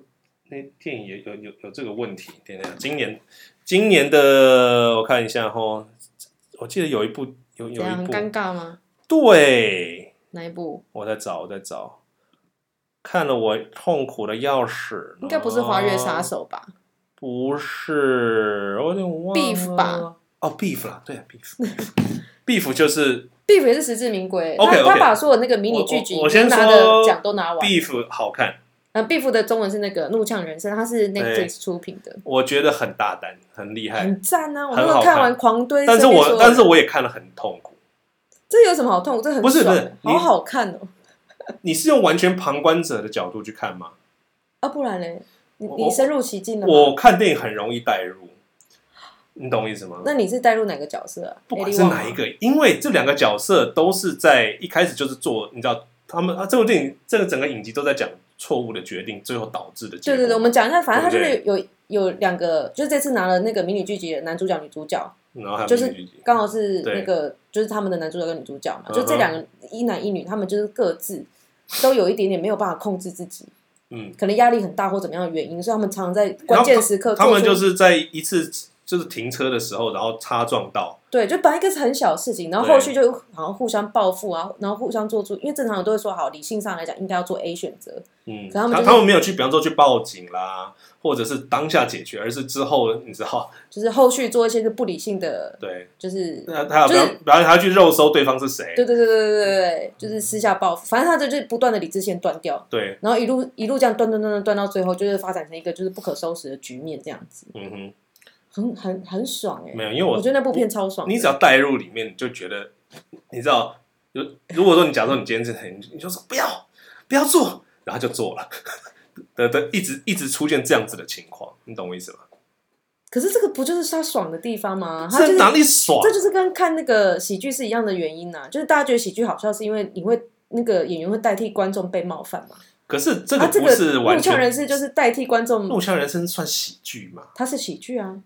Speaker 2: 那电影也有有有这个问题？等一下，今年今年的我看一下哈，我记得有一部有
Speaker 1: 怎
Speaker 2: 有一
Speaker 1: 样很
Speaker 2: 部哦
Speaker 1: 尴尬吗？
Speaker 2: 对。
Speaker 1: 哪一部？
Speaker 2: 我在找，我在找，看了我痛苦的要死。
Speaker 1: 应该不是《花月杀手》吧？
Speaker 2: 不是，我有点忘了。
Speaker 1: Beef 吧？
Speaker 2: 哦，beef 啦，对，beef。beef 就是
Speaker 1: 毕福也是实至名归。欸
Speaker 2: OK，OK
Speaker 1: 他他把所有那个迷你剧集
Speaker 2: 我我我先
Speaker 1: 能拿
Speaker 2: 说
Speaker 1: 的奖都拿完。
Speaker 2: beef 好看，
Speaker 1: 呃，毕福的中文是那个《怒呛人生》，它是 Netflix 出品的，
Speaker 2: 我觉得很大胆，很厉害。
Speaker 1: 很赞啊！我
Speaker 2: 很
Speaker 1: 那
Speaker 2: 好
Speaker 1: 时
Speaker 2: 看
Speaker 1: 候看完狂堆，
Speaker 2: 但是
Speaker 1: 身边所
Speaker 2: 我
Speaker 1: 有
Speaker 2: 但是我也看了很痛苦。
Speaker 1: 这有什么好痛苦？这很
Speaker 2: 不是
Speaker 1: 爽
Speaker 2: 不是你
Speaker 1: 好好看哦。
Speaker 2: 你是用完全旁观者的角度去看吗？
Speaker 1: 啊，不然嘞，你
Speaker 2: 我
Speaker 1: 你深入其境了吗？
Speaker 2: 我看电影很容易代入，你懂我意思吗？
Speaker 1: 那你是带入哪个角色啊？
Speaker 2: 不管
Speaker 1: Ellie
Speaker 2: 是
Speaker 1: Wang
Speaker 2: 哪一
Speaker 1: 吗，
Speaker 2: 个，因为这两个角色都是在一开始就是做，你知道，他们啊，这部电影这个整个影集都在讲错误的决定，最后导致的结
Speaker 1: 对
Speaker 2: 果。
Speaker 1: 对对，我们讲一下，反正他就
Speaker 2: 对
Speaker 1: 是有有两个，就是这次拿了那个迷你剧集的男主角、女主角，
Speaker 2: 然后还有
Speaker 1: 就是
Speaker 2: 女主角
Speaker 1: 刚好是
Speaker 2: 对
Speaker 1: 那个就是他们的男主角跟女主角嘛，
Speaker 2: 嗯哼
Speaker 1: 就这两个一男一女，他们就是各自都有一点点没有办法控制自己，
Speaker 2: 嗯，
Speaker 1: 可能压力很大或怎么样的原因，所以他们常常在关键时刻
Speaker 2: 他
Speaker 1: 做
Speaker 2: 们就
Speaker 1: 出
Speaker 2: 是在一次就是停车的时候，然后擦撞到，
Speaker 1: 对，就本来一个很小的事情，然后
Speaker 2: 对
Speaker 1: 后续就好像互相报复啊，然后互相做出，因为正常人都会说好，理性上来讲应该要做 A 选择，
Speaker 2: 嗯，
Speaker 1: 可他们
Speaker 2: 他
Speaker 1: 就是
Speaker 2: 他们没有去，比方说去报警啦，或者是当下解决，而是之后你知道，
Speaker 1: 就是后续做一些就不理性的，
Speaker 2: 对，
Speaker 1: 就是
Speaker 2: 那他
Speaker 1: 就是
Speaker 2: 比方他要去肉搜对方是谁，
Speaker 1: 对对对对对对对，就是私下报复，反正他就是不断的理智线断掉。
Speaker 2: 对，
Speaker 1: 然后一路一路这样断断断断断到最后，就是发展成一个就是不可收拾的局面，这样子，
Speaker 2: 嗯哼，
Speaker 1: 很很很爽哎、
Speaker 2: 没有，因为
Speaker 1: 我
Speaker 2: 我
Speaker 1: 觉得那部片超爽欸的。
Speaker 2: 你只要带入里面，你就觉得，你知道，如如果说你假如说你今天是很，你就说不要不要做，然后就做了， 的的一直一直出现这样子的情况，你懂我意思吗？
Speaker 1: 可是这个不就是他爽的地方吗？他就
Speaker 2: 这
Speaker 1: 是
Speaker 2: 哪里爽？
Speaker 1: 这就是跟看那个喜剧是一样的原因呐、啊就是大家觉得喜剧好笑是因为你会那个演员会代替观众被冒犯嘛，
Speaker 2: 可是这个
Speaker 1: 啊，这
Speaker 2: 不是
Speaker 1: 个
Speaker 2: 完
Speaker 1: 怒呛
Speaker 2: 全
Speaker 1: 人士就是代替观众
Speaker 2: 怒，呛人生算喜剧嘛？
Speaker 1: 他是喜剧啊，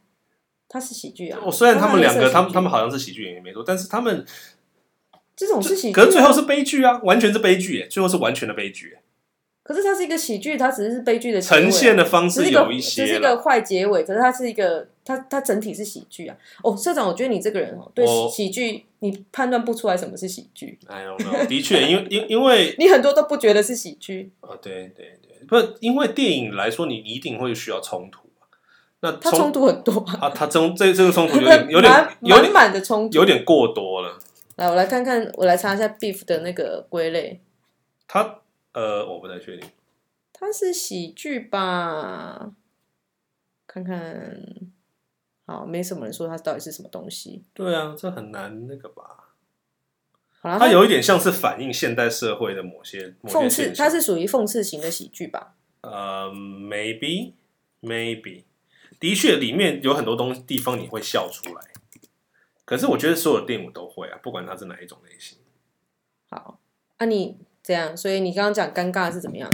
Speaker 1: 他是喜剧啊。
Speaker 2: 我虽然他们两
Speaker 1: 黑色
Speaker 2: 个，
Speaker 1: 喜剧
Speaker 2: 他们他们好像是喜剧演员没错，但是他们
Speaker 1: 这种是喜剧啊，
Speaker 2: 可是最后是悲剧啊，完全是悲剧耶，最后是完全的悲剧
Speaker 1: 啊
Speaker 2: 耶，
Speaker 1: 可是它是一个喜剧，它只是悲剧的结尾啊
Speaker 2: 呈现的方
Speaker 1: 只
Speaker 2: 式
Speaker 1: 是一个
Speaker 2: 有一
Speaker 1: 只是
Speaker 2: 些
Speaker 1: 一
Speaker 2: 了。
Speaker 1: 个坏结尾，可是它是一个，它它整体是喜剧啊。哦，社长，我觉得你这个人哦，对
Speaker 2: 我
Speaker 1: 喜剧你判断不出来什么是喜剧，
Speaker 2: I don't know，的确，因为因因为
Speaker 1: 你很多都不觉得是喜剧，
Speaker 2: 啊，对对对，不是因为电影来说，你你一定会需要冲突嘛那
Speaker 1: 它冲突很多啊，
Speaker 2: 啊，它冲这这个冲突 有点有点
Speaker 1: 满
Speaker 2: 有点
Speaker 1: 满满的冲突。
Speaker 2: 有点过多了。
Speaker 1: 来，我来看看，我来查一下 beef 的那个归类，
Speaker 2: 它呃，我不太确定。
Speaker 1: 它是喜剧吧？看看，好，没什么人说它到底是什么东西。
Speaker 2: 对啊，这很难那个吧？
Speaker 1: 好啦，
Speaker 2: 它有一点像是反映现代社会的某些某
Speaker 1: 讽
Speaker 2: 些
Speaker 1: 刺，
Speaker 2: 现
Speaker 1: 它
Speaker 2: 象。
Speaker 1: 是属于讽刺型的喜剧吧？
Speaker 2: 呃，maybe maybe，的确里面有很多东地方你会笑出来。可是我觉得所有电影我都会啊，不管它是哪一种类型。
Speaker 1: 好，啊你这样，所以你刚刚讲尴尬是怎么样？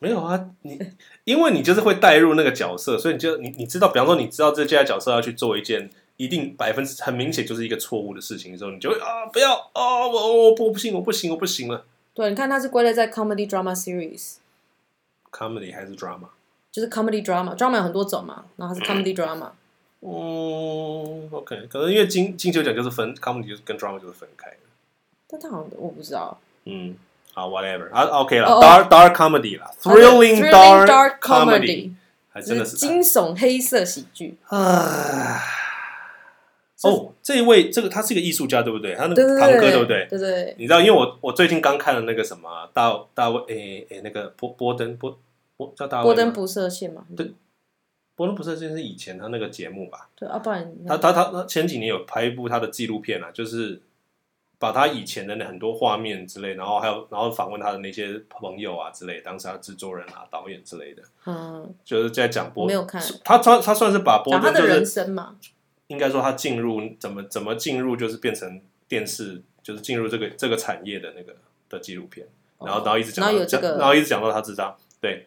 Speaker 2: 没有啊，你因为你就是会带入那个角色，所以你就你你知道，比方说你知道这家角色要去做一件一定百分之很明显就是一个错误的事情的时候，你就会啊不要啊我我不不行我不行我不行了
Speaker 1: 对，你看它是归类在 comedy drama series，
Speaker 2: ，comedy 还是 drama？
Speaker 1: 就是 comedy drama，drama 有很多种嘛，然后它是 comedy drama。
Speaker 2: 嗯，OK，可能因为金金球奖就是分 comedy 就是跟 drama 就是分开的，
Speaker 1: 但它好像我不知道
Speaker 2: 嗯，好 whatever 啊 OK 啦
Speaker 1: 哦哦
Speaker 2: d a r k dark comedy 啦
Speaker 1: OK，
Speaker 2: ，thrilling
Speaker 1: thrilling dark
Speaker 2: dark
Speaker 1: comedy
Speaker 2: comedy，还真
Speaker 1: 只
Speaker 2: 的
Speaker 1: 是
Speaker 2: 是
Speaker 1: 惊悚黑色喜剧。
Speaker 2: 啊。哦，这一位，这个他是一个艺术家，对不对？他那
Speaker 1: 对
Speaker 2: 个
Speaker 1: 对
Speaker 2: 堂哥，对
Speaker 1: 对
Speaker 2: 不对？
Speaker 1: 对对，
Speaker 2: 你知道，因为我我最近刚看了那个什么大大卫诶诶那个波波登波我叫大卫吗
Speaker 1: 波登不设限嘛。
Speaker 2: 对波登不是就是以前他那个节目吧？
Speaker 1: 对，啊要不然你看
Speaker 2: 他他他他前几年有拍一部他的纪录片啊，就是把他以前的那很多画面之类，然后还有然后访问他的那些朋友啊之类，当时他制作人啊、导演之类的，
Speaker 1: 嗯，
Speaker 2: 就是在讲波。
Speaker 1: 我没有看
Speaker 2: 他他他算是把波
Speaker 1: 讲他
Speaker 2: 登
Speaker 1: 的
Speaker 2: 就
Speaker 1: 人
Speaker 2: 是
Speaker 1: 生嘛，
Speaker 2: 应该说他进入怎么怎么进入就是变成电视就是进入这个这个产业的那个的纪录片，然后然后一直讲
Speaker 1: 哦然
Speaker 2: 到，
Speaker 1: 后有这
Speaker 2: 然后
Speaker 1: 个
Speaker 2: 一直讲到他智障，对，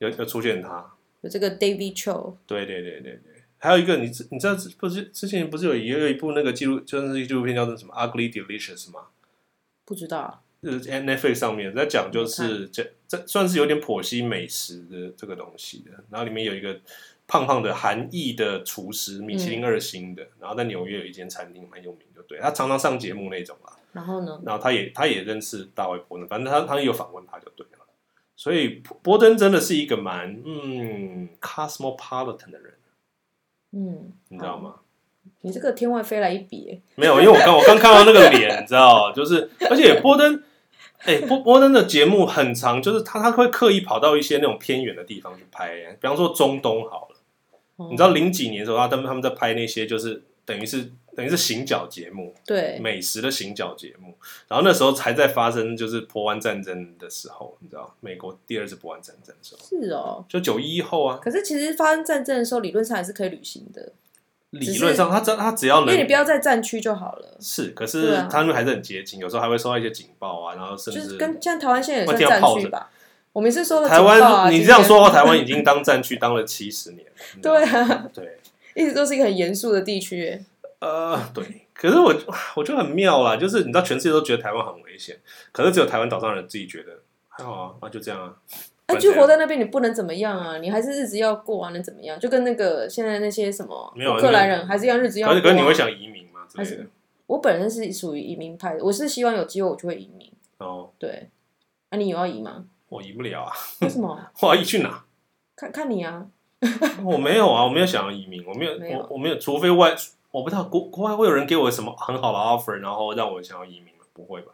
Speaker 2: 有有出现他，
Speaker 1: 有这个 David Cho，
Speaker 2: 对对对对对，还有一个你知你知道不是之前不是有也有一部那个记录，就是纪录片叫做什么《Ugly Delicious》吗？
Speaker 1: 不知道啊，
Speaker 2: 就是在 Netflix 上面在讲，就是这这算是有点剖析美食的这个东西的。然后里面有一个胖胖的韩裔的厨师，米其林二星的，然后在纽约有一间餐厅蛮有名，就对他常常上节目那种啦。啊
Speaker 1: 然后呢，
Speaker 2: 然后他也他也认识大卫伯登，反正他他有访问他就对了。所以伯伯登真的是一个蛮嗯 cosmopolitan 的人，
Speaker 1: 嗯，
Speaker 2: 你知道吗？
Speaker 1: 你这个天外飞来一笔耶，
Speaker 2: 没有，因为我刚我刚看到那个脸，你知道，就是而且波登，哎、波波登的节目很长，就是他他会刻意跑到一些那种偏远的地方去拍，比方说中东好了，
Speaker 1: 哦
Speaker 2: 你知道零几年的时候，他他们他们在拍那些就是等于是等于是行脚节目，
Speaker 1: 对，
Speaker 2: 美食的行脚节目，然后那时候才在发生就是波湾战争的时候，你知道，美国第二次波湾战争的时候，
Speaker 1: 是哦。
Speaker 2: 就九一一后啊，
Speaker 1: 可是其实发生战争的时候，理论上还是可以旅行的，
Speaker 2: 理论上他只他只要
Speaker 1: 因为你
Speaker 2: 能
Speaker 1: 不。要在战区就好了，
Speaker 2: 是，可
Speaker 1: 对
Speaker 2: 是
Speaker 1: 啊
Speaker 2: 他们还是很接近，有时候还会收到一些警报啊，然后甚
Speaker 1: 就
Speaker 2: 至
Speaker 1: 是跟像台湾现在也
Speaker 2: 会听
Speaker 1: 算
Speaker 2: 到
Speaker 1: 战
Speaker 2: 炮
Speaker 1: 区
Speaker 2: 声
Speaker 1: 吧。我们是说了
Speaker 2: 台
Speaker 1: 警报啊
Speaker 2: 湾，你
Speaker 1: 今
Speaker 2: 这样
Speaker 1: 天
Speaker 2: 说 的话，台湾已经当战区当了七十年了。你知道
Speaker 1: 对
Speaker 2: 吗
Speaker 1: 啊，
Speaker 2: 对，
Speaker 1: 一直都是一个很严肃的地区耶。
Speaker 2: 呃，对。可是我我觉得很妙啦，就是你知道，全世界都觉得台湾很危险，可是只有台湾岛上人自己觉得还好啊，啊就这样啊。
Speaker 1: 哎，
Speaker 2: 反
Speaker 1: 就
Speaker 2: 正
Speaker 1: 活在那边，你不能怎么样啊，你还是日子要过啊，能怎么样？就跟那个现在那些什么
Speaker 2: 没有啊
Speaker 1: 乌克兰
Speaker 2: 那
Speaker 1: 人，还是一样日子要
Speaker 2: 可是
Speaker 1: 过、啊。
Speaker 2: 可是你会想移民吗之
Speaker 1: 还
Speaker 2: 类的
Speaker 1: 是？我本身是属于移民派的，我是希望有机会我就会移民。
Speaker 2: 哦，
Speaker 1: 对，啊，你有要移吗？
Speaker 2: 我移不了啊，
Speaker 1: 为什么？
Speaker 2: 我要移去哪？
Speaker 1: 看看你啊，
Speaker 2: 我没有啊，我没有想要移民，我没有，
Speaker 1: 没有
Speaker 2: 我我没有，除非外，我不知道国国外会有人给我什么很好的 offer，然后让我想要移民吗？不会吧？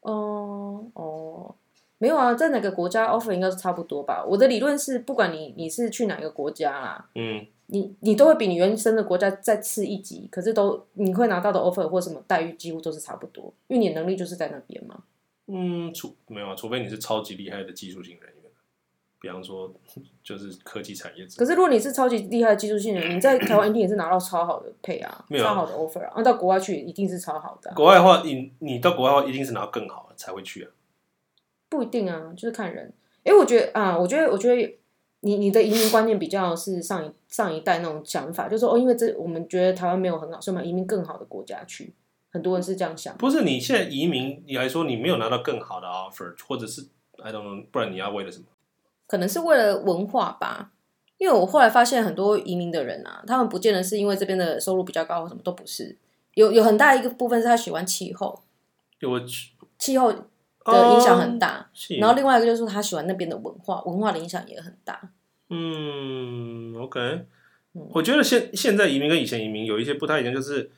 Speaker 1: 哦哦，没有啊，在哪个国家 offer 应该是差不多吧。我的理论是，不管你你是去哪个国家啦，
Speaker 2: 嗯，
Speaker 1: 你你都会比你原生的国家再次一级，可是都你会拿到的 offer 或什么待遇几乎都是差不多，因为你的能力就是在那边嘛。
Speaker 2: 嗯，除没有啊，除非你是超级厉害的技术型人员，比方说就是科技产业之
Speaker 1: 可是如果你是超级厉害的技术性人，你在台湾一定也是拿到超好的配啊，
Speaker 2: 没有啊
Speaker 1: 超好的 offer 啊，啊到国外去一定是超好的啊、
Speaker 2: 国外的话，你你到国外的话，一定是拿更好的才会去啊。
Speaker 1: 不一定啊，就是看人。哎、我觉得啊，我觉得，我觉得你你的移民观念比较是上一上一代那种想法，就是说哦，因为这我们觉得台湾没有很好，所以我们要移民更好的国家去。很多人是这样想，
Speaker 2: 不是你现在移民，你还说你没有拿到更好的 offer，或者是 I don't know，不然你要为了什么？
Speaker 1: 可能是为了文化吧。因为我后来发现很多移民的人啊，他们不见得是因为这边的收入比较高或什么都不是，有有很大一个部分是他喜欢气候，
Speaker 2: 因为我去
Speaker 1: 气候的影响很大。
Speaker 2: 是
Speaker 1: 然后另外一个就是他喜欢那边的文化，文化的影响也很大。
Speaker 2: 嗯，OK，
Speaker 1: 嗯
Speaker 2: 我觉得现现在移民跟以前移民有一些不太一样，就是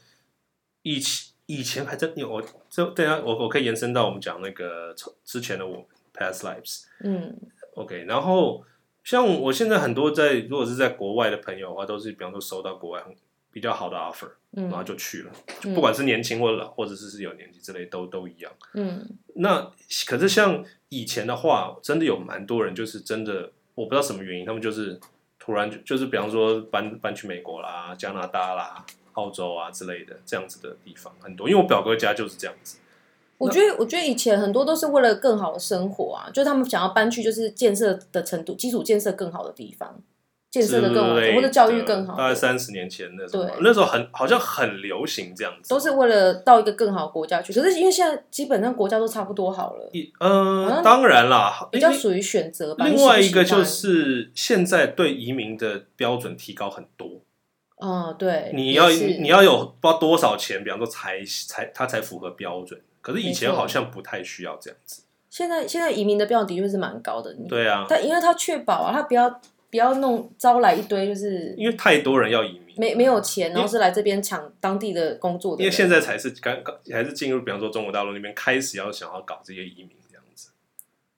Speaker 2: 以前以前还真有，我这等一下我我可以延伸到我们讲那个之前的我 past lives，
Speaker 1: 嗯
Speaker 2: OK，然后像我现在很多在如果是在国外的朋友的话，都是比方说收到国外很比较好的 offer，
Speaker 1: 嗯，
Speaker 2: 然后就去了，
Speaker 1: 嗯
Speaker 2: 不管是年轻或老，或者是是有年纪之类，都都一样。
Speaker 1: 嗯
Speaker 2: 那可是像以前的话，真的有蛮多人就是真的，我不知道什么原因，他们就是突然就就是比方说搬搬去美国啦、加拿大啦、澳洲啊之类的这样子的地方很多，因为我表哥家就是这样子。
Speaker 1: 我觉得，我觉得以前很多都是为了更好的生活啊，就是他们想要搬去就是建设的程度，基础建设更好的地方，建设的更好
Speaker 2: 之类，的
Speaker 1: 或者教育更好
Speaker 2: 大概
Speaker 1: 的，
Speaker 2: 三十年前那时候
Speaker 1: 对，
Speaker 2: 那时候很好像很流行这样子，
Speaker 1: 都是为了到一个更好的国家去。可是因为现在基本上国家都差不多好了，
Speaker 2: 一
Speaker 1: 好
Speaker 2: 呃，
Speaker 1: 像
Speaker 2: 当然啦，
Speaker 1: 比较
Speaker 2: 因为
Speaker 1: 属于选择吧。你
Speaker 2: 另
Speaker 1: 喜不
Speaker 2: 外一
Speaker 1: 喜欢
Speaker 2: 个就是现在对移民的标准提高很多，
Speaker 1: 啊、对，
Speaker 2: 你要
Speaker 1: 也是
Speaker 2: 你要有不知道多少钱，比方说才才他才符合标准。可是以前
Speaker 1: 没错
Speaker 2: 好像不太需要这样子。
Speaker 1: 现在现在移民的标准的确是蛮高的，你
Speaker 2: 对啊，
Speaker 1: 嗯但因为他确保啊，他不要不要弄招来一堆就是
Speaker 2: 因为太多人要移民，
Speaker 1: 没没有钱，
Speaker 2: 因
Speaker 1: 然后是来这边抢当地的工作的
Speaker 2: 因为
Speaker 1: 人。
Speaker 2: 现在才是刚刚还是进入，比方说中国大陆那边开始要想要搞这些移民这样子。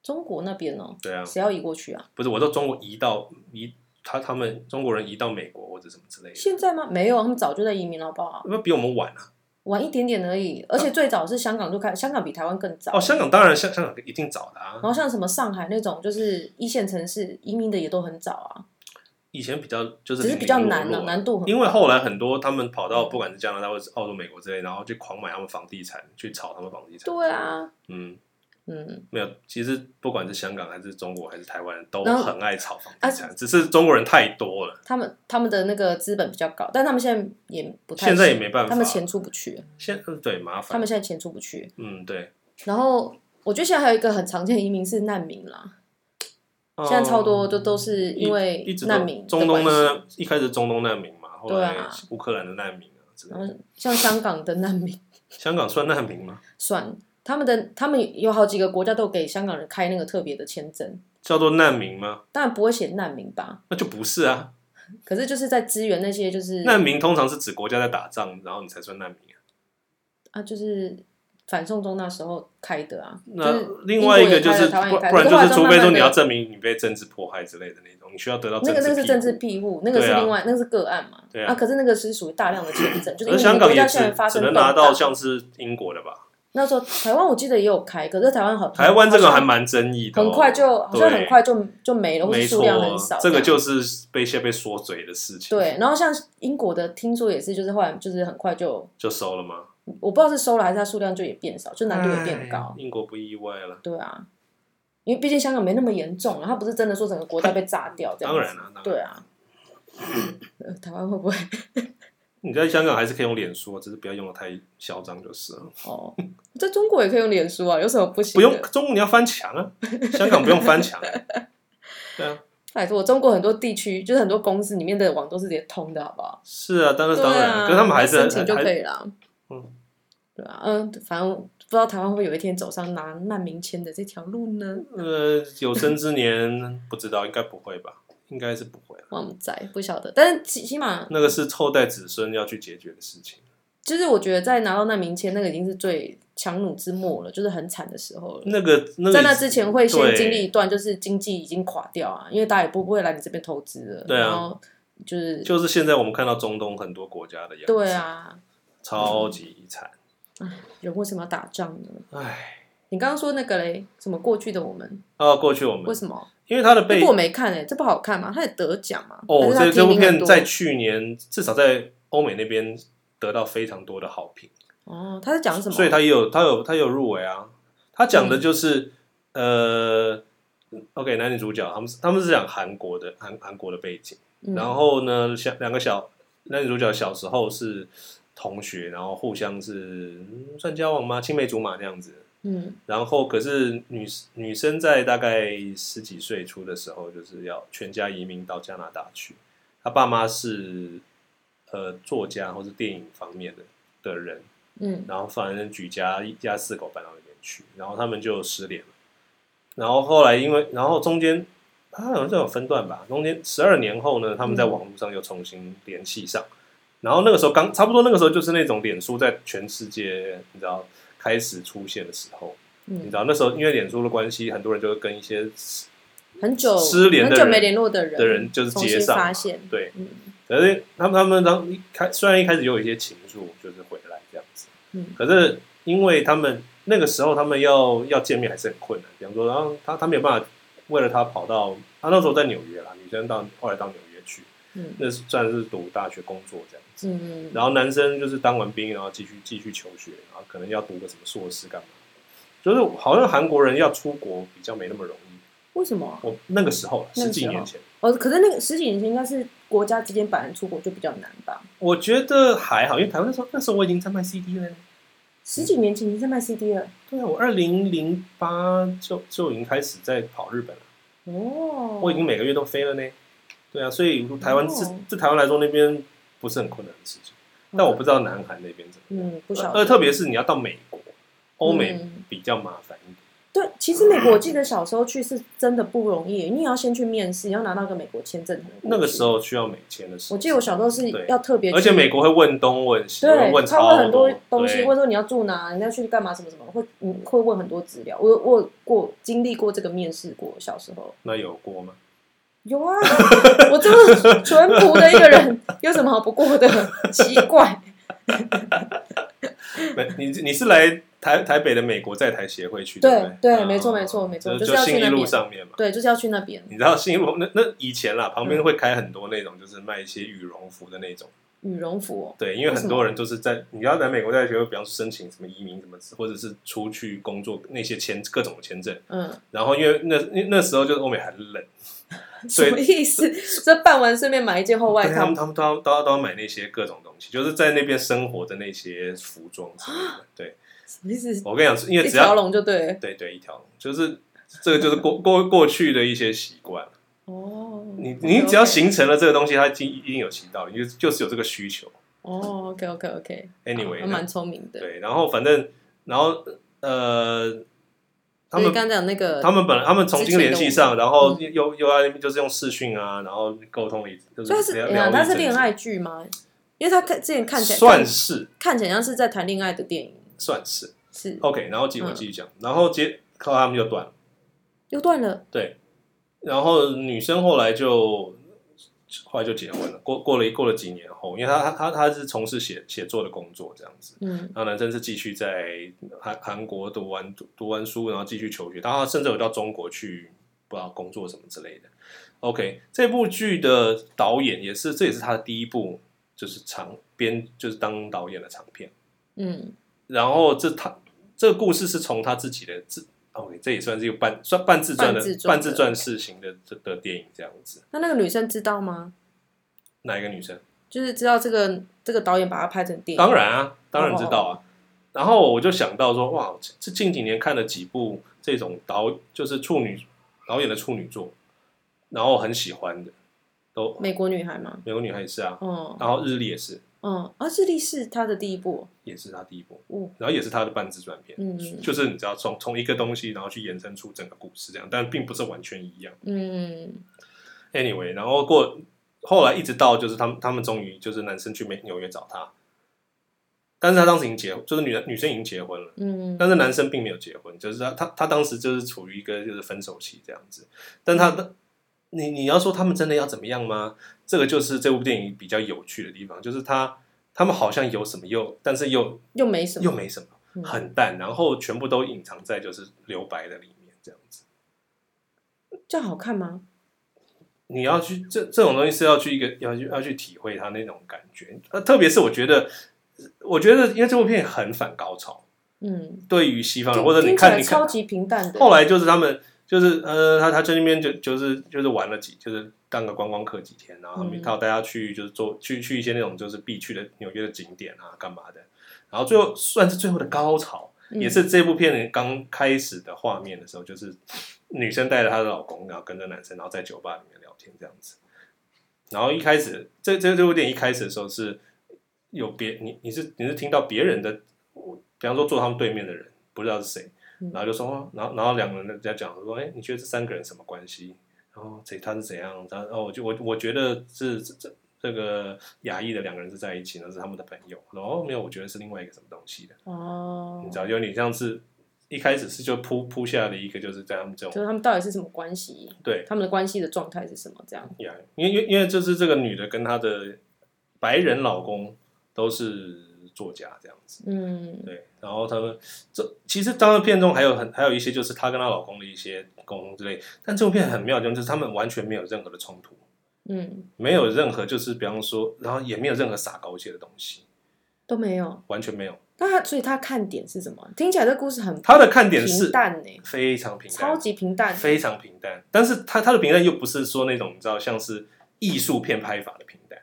Speaker 1: 中国那边哦，
Speaker 2: 对啊，
Speaker 1: 谁要移过去啊？
Speaker 2: 不是，我说中国移到移他他们中国人移到美国或者什么之类的，
Speaker 1: 现在吗？没有，他们早就在移民了，好不好？
Speaker 2: 那比我们晚啊。
Speaker 1: 晚一点点而已，而且最早是香港就开，香港比台湾更早。
Speaker 2: 哦，香港当然香香港一定早的啊
Speaker 1: 然，后像什么上海那种，就是一线城市移民的也都很早啊，
Speaker 2: 以前比较就是
Speaker 1: 只是比较
Speaker 2: 零零
Speaker 1: 难
Speaker 2: 落
Speaker 1: 了、
Speaker 2: 落
Speaker 1: 难度
Speaker 2: 啊
Speaker 1: 很。
Speaker 2: 因为后来很多他们跑到不管是加拿大或者是澳洲、美国之类，然后就狂买他们房地产，去炒他们房地产。
Speaker 1: 对啊，
Speaker 2: 嗯，
Speaker 1: 嗯，
Speaker 2: 没有，其实不管是香港还是中国还是台湾，都
Speaker 1: 然后啊
Speaker 2: 很爱炒房地产，只是中国人太多了，
Speaker 1: 他们他们的那个资本比较高，但他们现在也不太
Speaker 2: 现在也
Speaker 1: 行
Speaker 2: 没办法
Speaker 1: 他们钱出不去，
Speaker 2: 现嗯对麻
Speaker 1: 他
Speaker 2: 烦
Speaker 1: 们。现在钱出不去。
Speaker 2: 嗯，对，
Speaker 1: 然后我觉得现在还有一个很常见的移民是难民啦，
Speaker 2: 哦
Speaker 1: 现在超多都都是因为
Speaker 2: 嗯一一直都
Speaker 1: 难民的
Speaker 2: 中东
Speaker 1: 关系
Speaker 2: 呢，一开始中东难民嘛，后
Speaker 1: 对
Speaker 2: 来
Speaker 1: 啊
Speaker 2: 乌克兰的难民啊之类
Speaker 1: 然
Speaker 2: 的，
Speaker 1: 后像香港的难民
Speaker 2: 香港算难民吗？
Speaker 1: 算。他们的他们有好几个国家都给香港人开那个特别的签证，
Speaker 2: 叫做难民吗？
Speaker 1: 当然不会写难民吧，
Speaker 2: 那就不是啊，
Speaker 1: 可是就是在支援那些就是
Speaker 2: 难民通常是指国家在打仗，然后你才算难民啊。
Speaker 1: 啊，就是反送中那时候开的啊。就是
Speaker 2: 那另外一个就是，
Speaker 1: 英国也开了台湾
Speaker 2: 不
Speaker 1: 也开了
Speaker 2: 不然
Speaker 1: 可
Speaker 2: 就是是，除非
Speaker 1: 后来慢慢
Speaker 2: 说你
Speaker 1: 的
Speaker 2: 要证明你被政治迫害之类的那种，你需要得到
Speaker 1: 那个那个是政
Speaker 2: 庇
Speaker 1: 治
Speaker 2: 护。
Speaker 1: 庇护，那个是
Speaker 2: 对啊
Speaker 1: 另外、那个是个案嘛。
Speaker 2: 对啊
Speaker 1: 可是那个是属于大量的签证，就是因
Speaker 2: 而
Speaker 1: 为你
Speaker 2: 香
Speaker 1: 们
Speaker 2: 港
Speaker 1: 国
Speaker 2: 也
Speaker 1: 家
Speaker 2: 只
Speaker 1: 现在发
Speaker 2: 只
Speaker 1: 生
Speaker 2: 能
Speaker 1: 动
Speaker 2: 拿到
Speaker 1: 荡
Speaker 2: 像是英国的吧？
Speaker 1: 那时候台湾我记得也有开，可是台湾好
Speaker 2: 台湾这个还
Speaker 1: 好像
Speaker 2: 蛮争议的哦，
Speaker 1: 很快就好像
Speaker 2: 对
Speaker 1: 很快就就没了，或者
Speaker 2: 没
Speaker 1: 数
Speaker 2: 错
Speaker 1: 量很少，。
Speaker 2: 这个就是被现在被缩嘴的事情。
Speaker 1: 对，，然后像英国的，听说也是，就是后来就是很快就，
Speaker 2: 就收了吗？
Speaker 1: 我不知道是收了还是它数量就也变少，就难度也变
Speaker 2: 哎
Speaker 1: 高。
Speaker 2: 英国不意外了，
Speaker 1: 对啊，因为毕竟香港没那么严重啊，它不是真的说整个国家被炸掉这
Speaker 2: 当
Speaker 1: 样子。
Speaker 2: 然了，当然
Speaker 1: 对啊， 呃台湾会不会？
Speaker 2: 你在香港还是可以用脸书，啊只是不要用的太嚣张就是了。
Speaker 1: 哦，在中国也可以用脸书啊，有什么不行？
Speaker 2: 不用，中国你要翻墙啊，香港不用翻 墙、欸。对啊，
Speaker 1: 拜托，中国很多地区就是很多公司里面的网都是直接通的，好不好？
Speaker 2: 是啊，当然
Speaker 1: 对
Speaker 2: 当然，
Speaker 1: 啊，
Speaker 2: 可是他们还是
Speaker 1: 申请就
Speaker 2: 还
Speaker 1: 可以了。
Speaker 2: 嗯，
Speaker 1: 对啊，嗯，反正不知道台湾会不会有一天走上拿难民签的这条路呢？
Speaker 2: 呃，有生之年不知道，应该不会吧？应该是不会了。
Speaker 1: 我们在不晓得，但是起起码
Speaker 2: 那个是后代子孙要去解决的事情。
Speaker 1: 就是我觉得在拿到难民签那个已经是最强弩之末了，就是很惨的时候了。
Speaker 2: 那个那个
Speaker 1: 在那之前会先
Speaker 2: 对
Speaker 1: 经历一段，就是经济已经垮掉啊，因为大家也不不会来你这边投资了，
Speaker 2: 对啊
Speaker 1: 然后就是
Speaker 2: 就是现在我们看到中东很多国家的样子，
Speaker 1: 对，啊，
Speaker 2: 超级惨。
Speaker 1: 人为什么要打仗呢？
Speaker 2: 唉，
Speaker 1: 你刚刚说那个嘞，什么过去的我们，
Speaker 2: 哦，过去我
Speaker 1: 为
Speaker 2: 们
Speaker 1: 什么？
Speaker 2: 因为他的
Speaker 1: 这
Speaker 2: 被
Speaker 1: 部我没看哎、这不好看吗？他也得奖嘛？
Speaker 2: 哦，
Speaker 1: 还
Speaker 2: 这
Speaker 1: 是
Speaker 2: 这
Speaker 1: 它
Speaker 2: 部
Speaker 1: 提名很
Speaker 2: 片
Speaker 1: 多
Speaker 2: 在去年至少在欧美那边得到非常多的好评。
Speaker 1: 哦，他在讲什么？嗯
Speaker 2: 所以他也有他有他有入围啊。他讲的就是、呃，OK，男女主角他们是他们是讲韩国的韩韩国的背景，
Speaker 1: 嗯
Speaker 2: 然后呢，小两个小男女主角小时候是同学，然后互相是嗯算交往吗？青梅竹马那样子。
Speaker 1: 嗯
Speaker 2: 然后可是女女生在大概十几岁出的时候，就是要全家移民到加拿大去。她爸妈是呃作家或是电影方面的的人，
Speaker 1: 嗯
Speaker 2: 然后反正举家一家四口搬到那边去，然后他们就失联了。然后后来因为，然后中间他好像有分段吧，中间十二年后呢，他们在
Speaker 1: 嗯
Speaker 2: 网络上又重新联系上。然后那个时候刚差不多那个时候就是那种脸书在全世界你知道开始出现的时候，你知
Speaker 1: 嗯，
Speaker 2: 道那时候因为脸书的关系，很多人就会跟一些
Speaker 1: 很久
Speaker 2: 失联的
Speaker 1: 很
Speaker 2: 人
Speaker 1: 久没联络的人
Speaker 2: 的人就是
Speaker 1: 重
Speaker 2: 接
Speaker 1: 新
Speaker 2: 上嘛，
Speaker 1: 发现，
Speaker 2: 对，
Speaker 1: 嗯
Speaker 2: 可是他们他们当一开虽然一开始有一些情愫，就是回来这样子，
Speaker 1: 嗯
Speaker 2: 可是因为他们那个时候他们要要见面还是很困难，比方说，然后他他没有办法为了他跑到他那时候在纽约啦，女生到后来到纽约去，
Speaker 1: 嗯
Speaker 2: 那是算是读大学工作这样子，
Speaker 1: 嗯
Speaker 2: 然后男生就是当完兵然后继续继续求学，然后可能要读个什么硕士干嘛，就是好像韩国人要出国比较没那么容易，
Speaker 1: 为什么啊？
Speaker 2: 我那个时候啦
Speaker 1: 那个
Speaker 2: 十几
Speaker 1: 时候
Speaker 2: 年前。
Speaker 1: 哦，可是那个十几年前应该是国家之间本来出国就比较难吧？
Speaker 2: 我觉得还好，因为台湾那时候那时候我已经在卖 CD 了。
Speaker 1: 十几年前已经在卖 CD 了
Speaker 2: 对啊，我二零零八就就已经开始在跑日本了，
Speaker 1: 哦，
Speaker 2: 我已经每个月都飞了呢。对啊，所以台湾自
Speaker 1: 哦嗯
Speaker 2: 对台湾来说那边不是很困难的事情，但我不知道南韩那边怎么样。
Speaker 1: 嗯不晓
Speaker 2: 呃，
Speaker 1: 得，
Speaker 2: 特别是你要到美国、欧美
Speaker 1: 嗯
Speaker 2: 比较麻烦一点。
Speaker 1: 对，其实美国我记得小时候去是真的不容易，你也要先去面试，要拿到一个美国签证才能过去
Speaker 2: 那个时，候需要美签的时候，
Speaker 1: 嗯我记得我小时候是
Speaker 2: 对
Speaker 1: 要特别去，
Speaker 2: 而且美国会问东问西，
Speaker 1: 对，
Speaker 2: 问
Speaker 1: 他会
Speaker 2: 超
Speaker 1: 很多东西，
Speaker 2: 对
Speaker 1: 或者说你要住哪，你要去干嘛，什么什么，会你会问很多资料。我有我有过经历过这个面试过，小时候
Speaker 2: 那有过吗？
Speaker 1: 有啊，我这么淳朴的一个人，有什么好不过的？奇怪，
Speaker 2: 没，你你是来台台北的美国在台协会去
Speaker 1: 对
Speaker 2: 不
Speaker 1: 对
Speaker 2: 对，啊
Speaker 1: 没错没错没错
Speaker 2: 就
Speaker 1: 就是要去
Speaker 2: 信义
Speaker 1: 那
Speaker 2: 路
Speaker 1: 边
Speaker 2: 上面嘛。
Speaker 1: 对，就是要去那边，
Speaker 2: 你知道信义路那那以前啦，
Speaker 1: 嗯
Speaker 2: 旁边会开很多那种就是卖一些羽绒服的那种，
Speaker 1: 羽绒服、哦，
Speaker 2: 对，因为很多人都是在你要来美国在学会，比方说申请什么移民什么，或者是出去工作那些签各种签证，
Speaker 1: 嗯，
Speaker 2: 然后因为那那那时候就是欧美很冷，所
Speaker 1: 什
Speaker 2: 以
Speaker 1: 么意思？ 这办完顺便买一件厚外
Speaker 2: 对他
Speaker 1: 套
Speaker 2: 们，他们都要都要都要买那些各种东西，就是在那边生活的那些服装什么的。对
Speaker 1: 什么意思？
Speaker 2: 我跟哦你讲，因为
Speaker 1: 一
Speaker 2: 只
Speaker 1: 条
Speaker 2: 要
Speaker 1: 龙就对了
Speaker 2: 对对一条龙，就是这个就是过过过去的一些习惯。
Speaker 1: 哦。
Speaker 2: 你你只要
Speaker 1: OK，OK
Speaker 2: 形成了这个东西，它已经一定有其道理，就就是有这个需求。
Speaker 1: 哦，OK OK OK。
Speaker 2: Anyway，
Speaker 1: 还蛮聪明的。
Speaker 2: 对，然后反正然后呃，他
Speaker 1: 所
Speaker 2: 们
Speaker 1: 以刚刚讲那个，
Speaker 2: 他们本来他们重新联系上，然后
Speaker 1: 嗯
Speaker 2: 又又要就是用视讯啊，然后沟通一，就
Speaker 1: 所以
Speaker 2: 是
Speaker 1: 是
Speaker 2: 聊
Speaker 1: 哎
Speaker 2: 聊
Speaker 1: 呀，
Speaker 2: 一
Speaker 1: 他是
Speaker 2: 阵
Speaker 1: 恋
Speaker 2: 子
Speaker 1: 爱剧吗？因为他看之前看起来
Speaker 2: 算
Speaker 1: 看
Speaker 2: 是
Speaker 1: 看起来像是在谈恋爱的电影，
Speaker 2: 算是
Speaker 1: 是
Speaker 2: OK。然后继我
Speaker 1: 嗯
Speaker 2: 继续讲，然后接靠他们就断了，
Speaker 1: 又断了，
Speaker 2: 对。然后女生后来就后来就结婚了，过过了过了几年后，因为她她她是从事写写作的工作这样子，
Speaker 1: 嗯，
Speaker 2: 然后男生是继续在韩韩国读完读读完书，然后继续求学，然后甚至有到中国去不知道工作什么之类的。OK，这部剧的导演也是，这也是他的第一部就是长编就是当导演的长片。
Speaker 1: 嗯，
Speaker 2: 然后这他这个故事是从他自己的自 OK，这也算是一个半算半自传的
Speaker 1: 半自传的
Speaker 2: 半自传式型的的的电影这样子。
Speaker 1: 那那个女生知道吗？
Speaker 2: 哪一个女生？
Speaker 1: 就是知道这个这个导演把它拍成电影，
Speaker 2: 当然啊，当然知
Speaker 1: 哦
Speaker 2: 道啊。然后我就想到说，哇，这近几年看了几部这种导就是处女导演的处女作，然后很喜欢的，都
Speaker 1: 美国女孩嘛，
Speaker 2: 美国女孩也是啊，
Speaker 1: 嗯
Speaker 2: 然后日历也是，
Speaker 1: 嗯，啊，日历是她的第一部，
Speaker 2: 也是他第一部，
Speaker 1: 哦，
Speaker 2: 然后也是他的半自传片，
Speaker 1: 嗯
Speaker 2: 就是你知道从从一个东西，然后去延伸出整个故事这样，但并不是完全一样。
Speaker 1: 嗯
Speaker 2: Anyway，然后过后来一直到就是他们他们终于就是男生去美纽约找她，但是他当时已经结就是女女生已经结婚了。
Speaker 1: 嗯，
Speaker 2: 但是男生并没有结婚，就是他他他当时就是处于一个就是分手期这样子，但他的你你要说他们真的要怎么样吗？这个就是这部电影比较有趣的地方，就是他他们好像有什么又，但是又
Speaker 1: 又没什
Speaker 2: 又
Speaker 1: 么，
Speaker 2: 没什么，
Speaker 1: 嗯
Speaker 2: 很淡，然后全部都隐藏在就是留白的里面这样子。
Speaker 1: 这样好看吗？
Speaker 2: 你要去这这种东西是要去一个要去要去体会他那种感觉，呃，特别是我觉得，我觉得因为这部片很反高潮，
Speaker 1: 嗯，
Speaker 2: 对于西方人
Speaker 1: 听
Speaker 2: 呃或者你
Speaker 1: 听起
Speaker 2: 看
Speaker 1: 来
Speaker 2: 你看
Speaker 1: 超级平淡的，
Speaker 2: 后来就是他们就是呃，他他去那边就就是呃就是玩了几，就是当个观光客几天，然后他们
Speaker 1: 嗯
Speaker 2: 他有带他去就是做去去一些那种就是必去的纽约的景点啊，干嘛的。然后最后算是最后的高潮，
Speaker 1: 嗯
Speaker 2: 也是这部片刚开始的画面的时候，就是 女生带着她的老公，然后跟着男生，然后在酒吧里面聊天这样子。然后一开始，这这这部电影一开始的时候是有别你你是你是听到别人的，比方说坐他们对面的人不知道是谁，
Speaker 1: 嗯
Speaker 2: 然后就说，哦然后然后两个人在讲说，哎，你觉得这三个人什么关系？然后这他是怎样？他哦，我就我我觉得是这这这个亚裔的两个人是在一起呢，是他们的朋友。然后哦没有，我觉得是另外一个什么东西的。
Speaker 1: 哦
Speaker 2: 你，知道，有点像是一开始是就铺铺下了一个，就是在他们这
Speaker 1: 就
Speaker 2: 种
Speaker 1: 是他们到底是什么关系？
Speaker 2: 对
Speaker 1: 他们的关系的状态是什么？这样，
Speaker 2: 呀，因为因为因为就是这个女的跟她的白人老公都是作家这样子，
Speaker 1: 嗯
Speaker 2: 对，然后他们这其实当然片中还有很还有一些就是她跟她老公的一些沟通之类，但这部片很妙的地方就是他们完全没有任何的冲突，
Speaker 1: 嗯，
Speaker 2: 没有任何就是比方说，然后也没有任何撒狗血的东西，
Speaker 1: 都没有。
Speaker 2: 完全没有。
Speaker 1: 那他所以他看点是什么？听起来这故事很
Speaker 2: 她的看点是
Speaker 1: 平淡呢、
Speaker 2: 非常平淡，
Speaker 1: 超级平淡。
Speaker 2: 非常平淡。但是它它的平淡又不是说那种你知道像是艺术片拍法的平淡，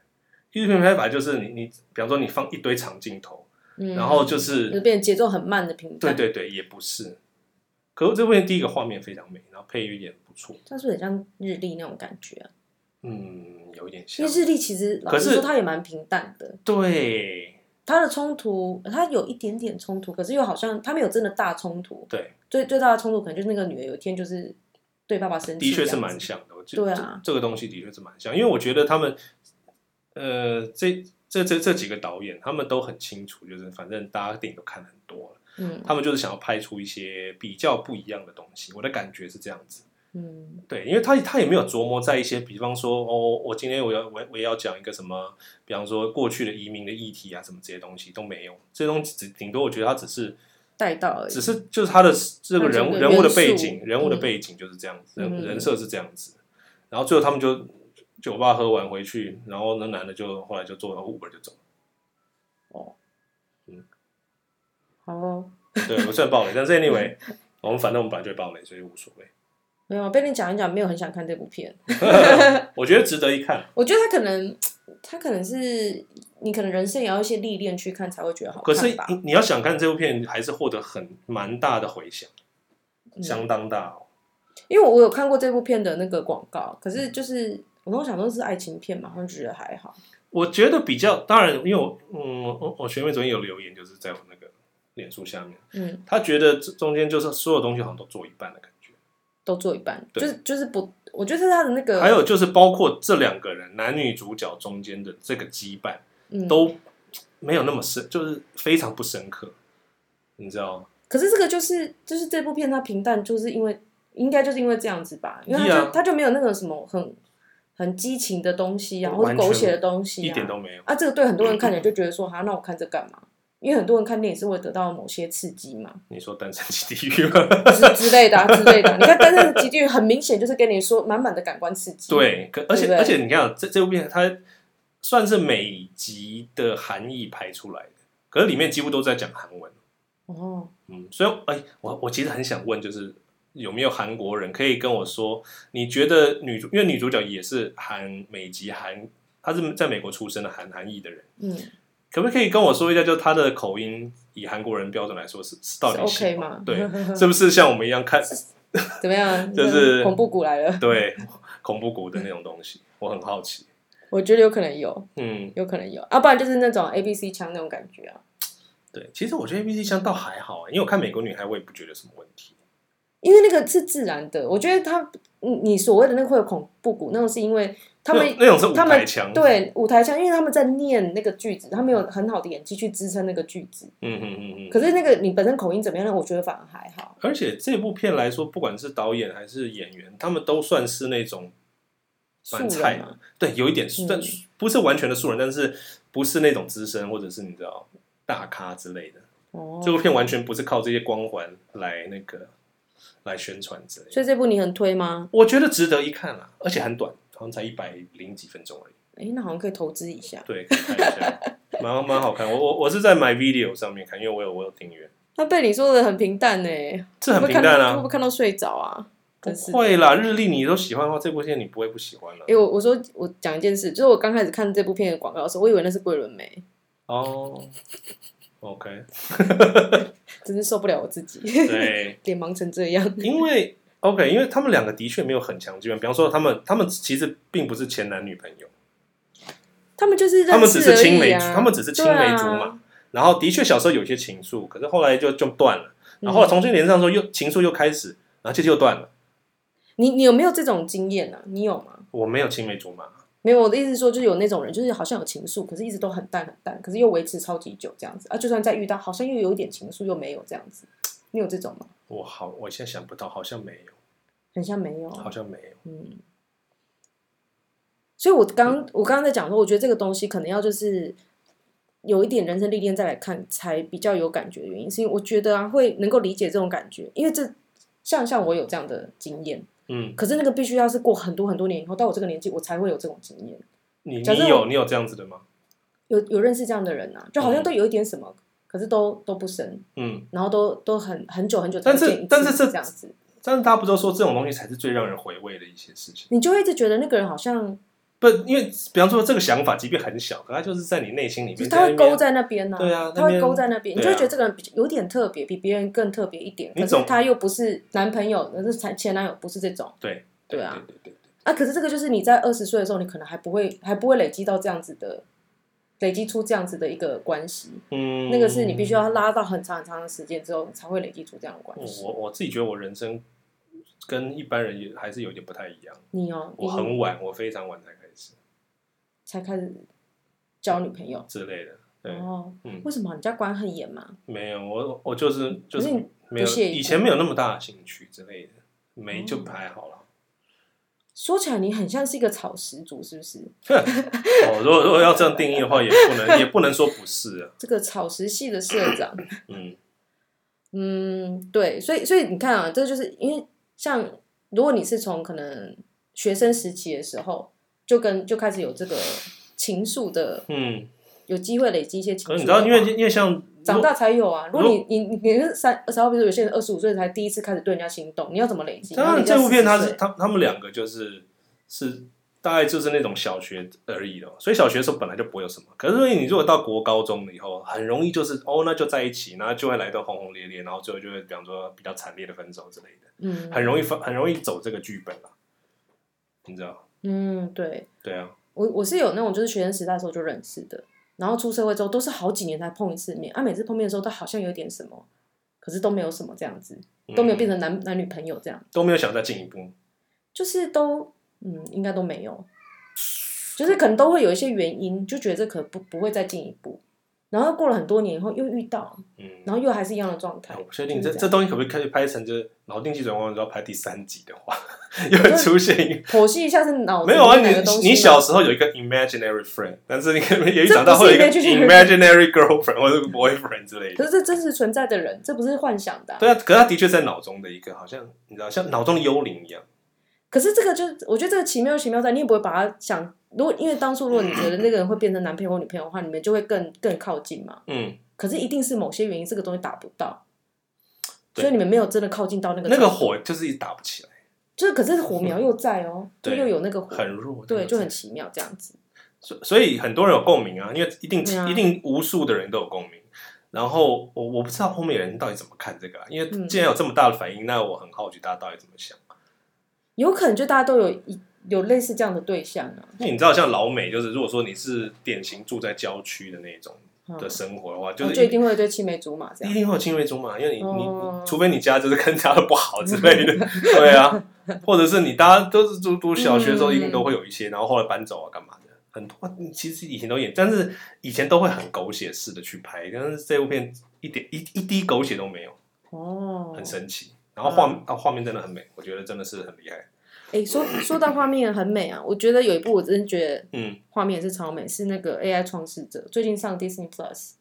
Speaker 2: 艺术片拍法就是你你比方说你放一堆长镜头，
Speaker 1: 嗯，
Speaker 2: 然后就
Speaker 1: 就是
Speaker 2: 是
Speaker 1: 变节奏很慢的平
Speaker 2: 对
Speaker 1: 淡。对，
Speaker 2: 对对，也不是。可是这部片第一个画面非常美，然后配乐也不错，
Speaker 1: 它是不是很像日历那种感觉啊？
Speaker 2: 嗯，有一点
Speaker 1: 因
Speaker 2: 像
Speaker 1: 为。日历其实老
Speaker 2: 可
Speaker 1: 实
Speaker 2: 是
Speaker 1: 说它也蛮平淡的，
Speaker 2: 对，
Speaker 1: 它的冲突，它有一点点冲突，可是又好像它没有真的大冲突。
Speaker 2: 对，
Speaker 1: 最最大的冲突可能就是那个女儿有一天就是对爸爸生气
Speaker 2: 的
Speaker 1: 这
Speaker 2: 确
Speaker 1: 样子，
Speaker 2: 是蛮像的。我觉
Speaker 1: 对啊
Speaker 2: 这，这个东西的确是蛮像，因为我觉得他们，呃，这这这这几个导演，他们都很清楚，就是反正大家电影都看很多了，
Speaker 1: 嗯
Speaker 2: 他们就是想要拍出一些比较不一样的东西。我的感觉是这样子。
Speaker 1: 嗯
Speaker 2: 对，因为他他也没有琢磨在一些，比方说，哦，我今天我要我我也要讲一个什么，比方说过去的移民的议题啊，什么这些东西都没有，这些东西只顶多我觉得他只是
Speaker 1: 带到而已
Speaker 2: 只。是就是他的这个
Speaker 1: 它是
Speaker 2: 人
Speaker 1: 一
Speaker 2: 物
Speaker 1: 个
Speaker 2: 人物的
Speaker 1: 元素
Speaker 2: 背景，人物的
Speaker 1: 嗯
Speaker 2: 背景就是这样子，人
Speaker 1: 嗯
Speaker 2: 人设是这样子，然后最后他们就酒吧喝完回去，然后那男的就后来就坐 Uber 就走了。
Speaker 1: 好、哦，
Speaker 2: 对我虽然爆雷，但是 anyway，我们反正我们本来就会爆雷，所以无所谓。
Speaker 1: 没有被你讲一讲，没有很想看这部片。
Speaker 2: 我觉得值得一看，
Speaker 1: 我觉得他可能，他可能是你可能人生也要一些历练去看才会觉得好
Speaker 2: 可是
Speaker 1: 看吧。
Speaker 2: 你你要想看这部片，还是获得很蛮大的回响，
Speaker 1: 嗯
Speaker 2: 相当大哦。
Speaker 1: 因为我有看过这部片的那个广告，可是就是我那时候想说是爱情片嘛，好像觉得还好。
Speaker 2: 我觉得比较，当然，因为我嗯，我我学妹昨天有留言，就是在我那个脸书下面，
Speaker 1: 嗯，
Speaker 2: 她觉得这中间就是所有东西好像都做一半的感觉。
Speaker 1: 都做一半，
Speaker 2: 对
Speaker 1: 就是就是不，我觉得是他的那个
Speaker 2: 还有就是包括这两个人男女主角中间的这个羁绊
Speaker 1: 嗯
Speaker 2: 都没有那么深，就是非常不深刻，你知道吗？
Speaker 1: 可是这个就是就是这部片它平淡，就是因为应该就是因为这样子吧，因为它就
Speaker 2: Yeah
Speaker 1: 它就没有那个什么很很激情的东西啊，或者
Speaker 2: 完全
Speaker 1: 狗血的东西啊，
Speaker 2: 一点都没有。
Speaker 1: 啊，这个对很多人看起来就觉得说，哈，那我看这干嘛？因为很多人看电影是为了得到某些刺激嘛，
Speaker 2: 你说单身级地狱吗？
Speaker 1: 之之类的、啊、之类的。你看《单身的极地狱》很明显就是给你说满满的感官刺激。，
Speaker 2: 对，可而且
Speaker 1: 嗯对不对
Speaker 2: 而且你看啊这这部片，它算是每集的含义排出来的，可是里面几乎都在讲韩文。
Speaker 1: 哦，
Speaker 2: 嗯，所以哎、我我其实很想问，就是有没有韩国人可以跟我说，你觉得女主，因为女主角也是韩美籍韩，她是在美国出生的韩韩裔的人，
Speaker 1: 嗯，
Speaker 2: 可不可以跟我说一下，就她的口音以韩国人标准来说是是到底
Speaker 1: 是 OK
Speaker 2: 行
Speaker 1: 吗
Speaker 2: 对， 是不是像我们一样看
Speaker 1: 怎么 样？
Speaker 2: 就是
Speaker 1: 恐怖谷来了，
Speaker 2: 对恐怖谷的那种东西？我很好奇。
Speaker 1: 我觉得有可能有，
Speaker 2: 嗯，
Speaker 1: 有可能有，啊，不然就是那种 A B C 枪那种感觉啊。
Speaker 2: 对，其实我觉得 A B C 枪倒还好、欸因为我看美国女孩，我也不觉得什么问题。
Speaker 1: 因为那个是自然的，我觉得他你你所谓的那个会有恐怖谷，那种是因为他们
Speaker 2: 那那种是舞
Speaker 1: 他
Speaker 2: 台
Speaker 1: 们
Speaker 2: 枪，，
Speaker 1: 对舞台腔，因为他们在念那个句子，他们有很好的演技去支撑那个句子。
Speaker 2: 嗯嗯嗯嗯。
Speaker 1: 可是那个你本身口音怎么样，那我觉得反而还好。
Speaker 2: 而且这部片来说，不管是导演还是演员，他们都算是那种
Speaker 1: 素
Speaker 2: 蛮
Speaker 1: 人
Speaker 2: 菜
Speaker 1: 嘛
Speaker 2: 的，对，有一点素，
Speaker 1: 嗯
Speaker 2: 但不是完全的素人，但是不是那种资深或者是你知道大咖之类的。
Speaker 1: 哦
Speaker 2: 这部片完全不是靠这些光环来那个来宣传之类的，
Speaker 1: 所以这部你很推吗？
Speaker 2: 我觉得值得一看啦，而且很短，好像才一百零几分钟而已。
Speaker 1: 哎，那好像可以投资一下。
Speaker 2: 对，可以看一下，蛮蛮好看。我我我是在 My Video 上面看，因为我有我有订阅，
Speaker 1: 那被你啊说的很平淡呢、
Speaker 2: 这很
Speaker 1: 会不会
Speaker 2: 平
Speaker 1: 看
Speaker 2: 淡
Speaker 1: 会不
Speaker 2: 啊
Speaker 1: 会，看到睡着啊？真是
Speaker 2: 不
Speaker 1: 的。
Speaker 2: 会啦。日历你都喜欢的话，这部片你不会不喜欢了
Speaker 1: 哎、。我我说我讲一件事，就是我刚开始看这部片的广告的时候，我以为那是桂纶镁，
Speaker 2: 哦，OK，
Speaker 1: 真是受不了我自己，
Speaker 2: 对，
Speaker 1: 脸盲成这样。
Speaker 2: 因为 OK，因为他们两个的确没有很强之源，比方说他们他们其实并不是前男女朋友，
Speaker 1: 他们就是认识
Speaker 2: 他们只是青梅
Speaker 1: 而已
Speaker 2: 竹
Speaker 1: 啊
Speaker 2: 他们只是青梅竹
Speaker 1: 对
Speaker 2: 马
Speaker 1: 啊
Speaker 2: 然后的确小时候有一些情愫，可是后来就就断了，然
Speaker 1: 嗯
Speaker 2: 后后来重新连上之后又情愫又开始，然后这就又断了。
Speaker 1: 你你有没有这种经验呢、啊？你有吗？
Speaker 2: 我没有青梅竹马，
Speaker 1: 没有，我的意思是说，就是有那种人，就是好像有情愫，可是一直都很淡很淡，可是又维持超级久这样子啊。就算再遇到，好像又有一点情愫，又没有这样子。你有这种吗？
Speaker 2: 我好，我现在想不到，好像没有，
Speaker 1: 很像没有啊。
Speaker 2: 好像没有。
Speaker 1: 嗯，所以我刚我刚刚在讲说，我觉得这个东西可能要就是有一点人生历练再来看，才比较有感觉的原因，是因为我觉得啊，会能够理解这种感觉，因为这像像我有这样的经验，
Speaker 2: 嗯，
Speaker 1: 可是那个必须要是过很多很多年以后，到我这个年纪，我才会有这种经验。
Speaker 2: 你
Speaker 1: 假设
Speaker 2: 你
Speaker 1: 我
Speaker 2: 有你有这样子的吗？
Speaker 1: 有有认识这样的人啊，就好像
Speaker 2: 嗯
Speaker 1: 都有一点什么，可是都都不深，
Speaker 2: 嗯，
Speaker 1: 然后都都很很久很久才
Speaker 2: 但
Speaker 1: 会
Speaker 2: 是
Speaker 1: 见一次，
Speaker 2: 但是这
Speaker 1: 这样子，
Speaker 2: 但是大家不都说这种东西才是最让人回味的一些事情？
Speaker 1: 你就会一直觉得那个人好像
Speaker 2: 不，因为比方说这个想法，即便很小，可它就是在你内心里
Speaker 1: 就
Speaker 2: 面，
Speaker 1: 是他会
Speaker 2: 那边
Speaker 1: 勾在那边呢、
Speaker 2: 对啊
Speaker 1: 他
Speaker 2: 那
Speaker 1: 会
Speaker 2: 边
Speaker 1: 勾在那边，你
Speaker 2: 对啊
Speaker 1: 就会觉得这个人比有点特别，比别人更特别一点。
Speaker 2: 你
Speaker 1: 可是
Speaker 2: 总
Speaker 1: 他又不是男朋友，可是前前男友不是这种
Speaker 2: 对
Speaker 1: 对啊
Speaker 2: 对对对对
Speaker 1: 啊。可是这个就是你在二十岁的时候，你可能还不会还不会累积到这样子的累积出这样子的一个关系。
Speaker 2: 嗯，
Speaker 1: 那个是你必须要拉到很长很长的时间之后，你才会累积出这样的关
Speaker 2: 我
Speaker 1: 系。
Speaker 2: 嗯我我自己觉得我人生跟一般人也还是有点不太一样。
Speaker 1: 你哦，
Speaker 2: 我
Speaker 1: 你
Speaker 2: 很晚，我非常晚才开始
Speaker 1: 才开始交女朋友，
Speaker 2: 之类的。对，
Speaker 1: 哦
Speaker 2: 嗯，
Speaker 1: 为什么你家管很严嘛？
Speaker 2: 没有，我我就是就
Speaker 1: 可是
Speaker 2: 是
Speaker 1: 你
Speaker 2: 没有
Speaker 1: 不屑一顾
Speaker 2: 以前没有那么大的兴趣之类的，没
Speaker 1: 哦
Speaker 2: 就还好了。
Speaker 1: 说起来你很像是一个草食族，是不是？
Speaker 2: 哦，如果如果要这样定义的话，也不能也不能说不是啊。
Speaker 1: 这个草食系的社长，
Speaker 2: 嗯
Speaker 1: 嗯，对，所以所以你看啊，这就是因为像如果你是从可能学生时期的时候就跟就开始有这个情愫的，
Speaker 2: 嗯，
Speaker 1: 有机会累积一些情
Speaker 2: 可
Speaker 1: 愫的话，
Speaker 2: 是你知道，因为因为像
Speaker 1: 长大才有啊。如果
Speaker 2: 如
Speaker 1: 你你你你是三十号，比如说有些人二十五岁才第一次开始对人家心动，你要怎么累积？
Speaker 2: 当然这部片它是
Speaker 1: 然后人家40岁
Speaker 2: 他他们两个就是是大概就是那种小学而已的，所以小学的时候本来就不会有什么。可是因为你如果到国高中了以后，很容易就是哦那就在一起，然后就会来到轰轰烈烈，然后最后就会比方说比较惨烈的分手之类的，很
Speaker 1: 嗯
Speaker 2: 容易分很容易走这个剧本了，啊你知道？
Speaker 1: 嗯，对
Speaker 2: 对啊，
Speaker 1: 我我是有那种就是学生时代的时候就认识的，然后出社会之后都是好几年才碰一次面，啊，每次碰面的时候都好像有点什么，可是都没有什么这样子，
Speaker 2: 嗯
Speaker 1: 都没有变成男、男女朋友这样。
Speaker 2: 都没有想再进一步。
Speaker 1: 就是都嗯，应该都没有，就是可能都会有一些原因，就觉得这可不不会再进一步。然后过了很多年以后又遇到，
Speaker 2: 嗯，
Speaker 1: 然后又还是一样的状态
Speaker 2: 哎我。不确定
Speaker 1: 就
Speaker 2: 这
Speaker 1: 是
Speaker 2: 这
Speaker 1: 这
Speaker 2: 东西可不可以拍成就是脑定记转弯，然后拍第三集的话， 又会出现一个。
Speaker 1: 剖析一下是脑子
Speaker 2: 没
Speaker 1: 里
Speaker 2: 有啊，
Speaker 1: 面
Speaker 2: 你
Speaker 1: 哪个东西吗？
Speaker 2: 你小时候有一个 imaginary friend，但是你可能也
Speaker 1: 这
Speaker 2: 长大
Speaker 1: 不
Speaker 2: 会有
Speaker 1: 是
Speaker 2: 一个
Speaker 1: imaginary
Speaker 2: imaginary girlfriend 或者 boyfriend 之类
Speaker 1: 可
Speaker 2: 的。
Speaker 1: 是这真实存在的人，这不是幻想的啊、
Speaker 2: 对啊，可是他的确在脑中的一个，好像你知道，像脑中的幽灵一样。
Speaker 1: 可是这个就我觉得这个奇妙就奇妙在，你也不会把它想。如果因为当初如果你觉得那个人会变成男朋友或女朋友的话，你们就会更更靠近嘛。
Speaker 2: 嗯，
Speaker 1: 可是一定是某些原因，这个东西达不到，
Speaker 2: 对
Speaker 1: 所以你们没有真的靠近到那个
Speaker 2: 那个
Speaker 1: 程度
Speaker 2: 火就是一直打不起来，
Speaker 1: 就是可是火苗又在哦，就
Speaker 2: 对
Speaker 1: 又有那个火，
Speaker 2: 很弱。
Speaker 1: 对，就
Speaker 2: 真的
Speaker 1: 很
Speaker 2: 是
Speaker 1: 奇妙这样子。
Speaker 2: 所所以很多人有共鸣啊，因为一定
Speaker 1: 对啊
Speaker 2: 一定无数的人都有共鸣。然后我我不知道后面的人到底怎么看这个、啊，因为
Speaker 1: 嗯
Speaker 2: 既然有这么大的反应，那我很好奇大家到底怎么想。
Speaker 1: 有可能就大家都有一有类似这样的对象啊，
Speaker 2: 因为你知道，像老美就是，如果说你是典型住在郊区的那种
Speaker 1: 嗯
Speaker 2: 的生活的话，
Speaker 1: 哦
Speaker 2: 就是
Speaker 1: 就一定会有对青梅竹马这
Speaker 2: 一
Speaker 1: 样。
Speaker 2: 定会有青梅竹马，因为你你
Speaker 1: 哦
Speaker 2: 除非你家就是跟家的不好之类 的，对啊，或者是你大家都是读读小学的时候，
Speaker 1: 嗯
Speaker 2: 一定都会有一些，然后后来搬走啊，干嘛的，很多其实以前都演，但是以前都会很狗血式的去拍，但是这部片一点一一滴狗血都没有，
Speaker 1: 哦，嗯
Speaker 2: 很神奇。然后画啊画面真的很美，我觉得真的是很厉害。
Speaker 1: 哎，说说到画面很美啊，我觉得有一部我真的觉得
Speaker 2: 嗯，
Speaker 1: 画面是超美，是那个 AI 创世者，最近上 Disney Plus。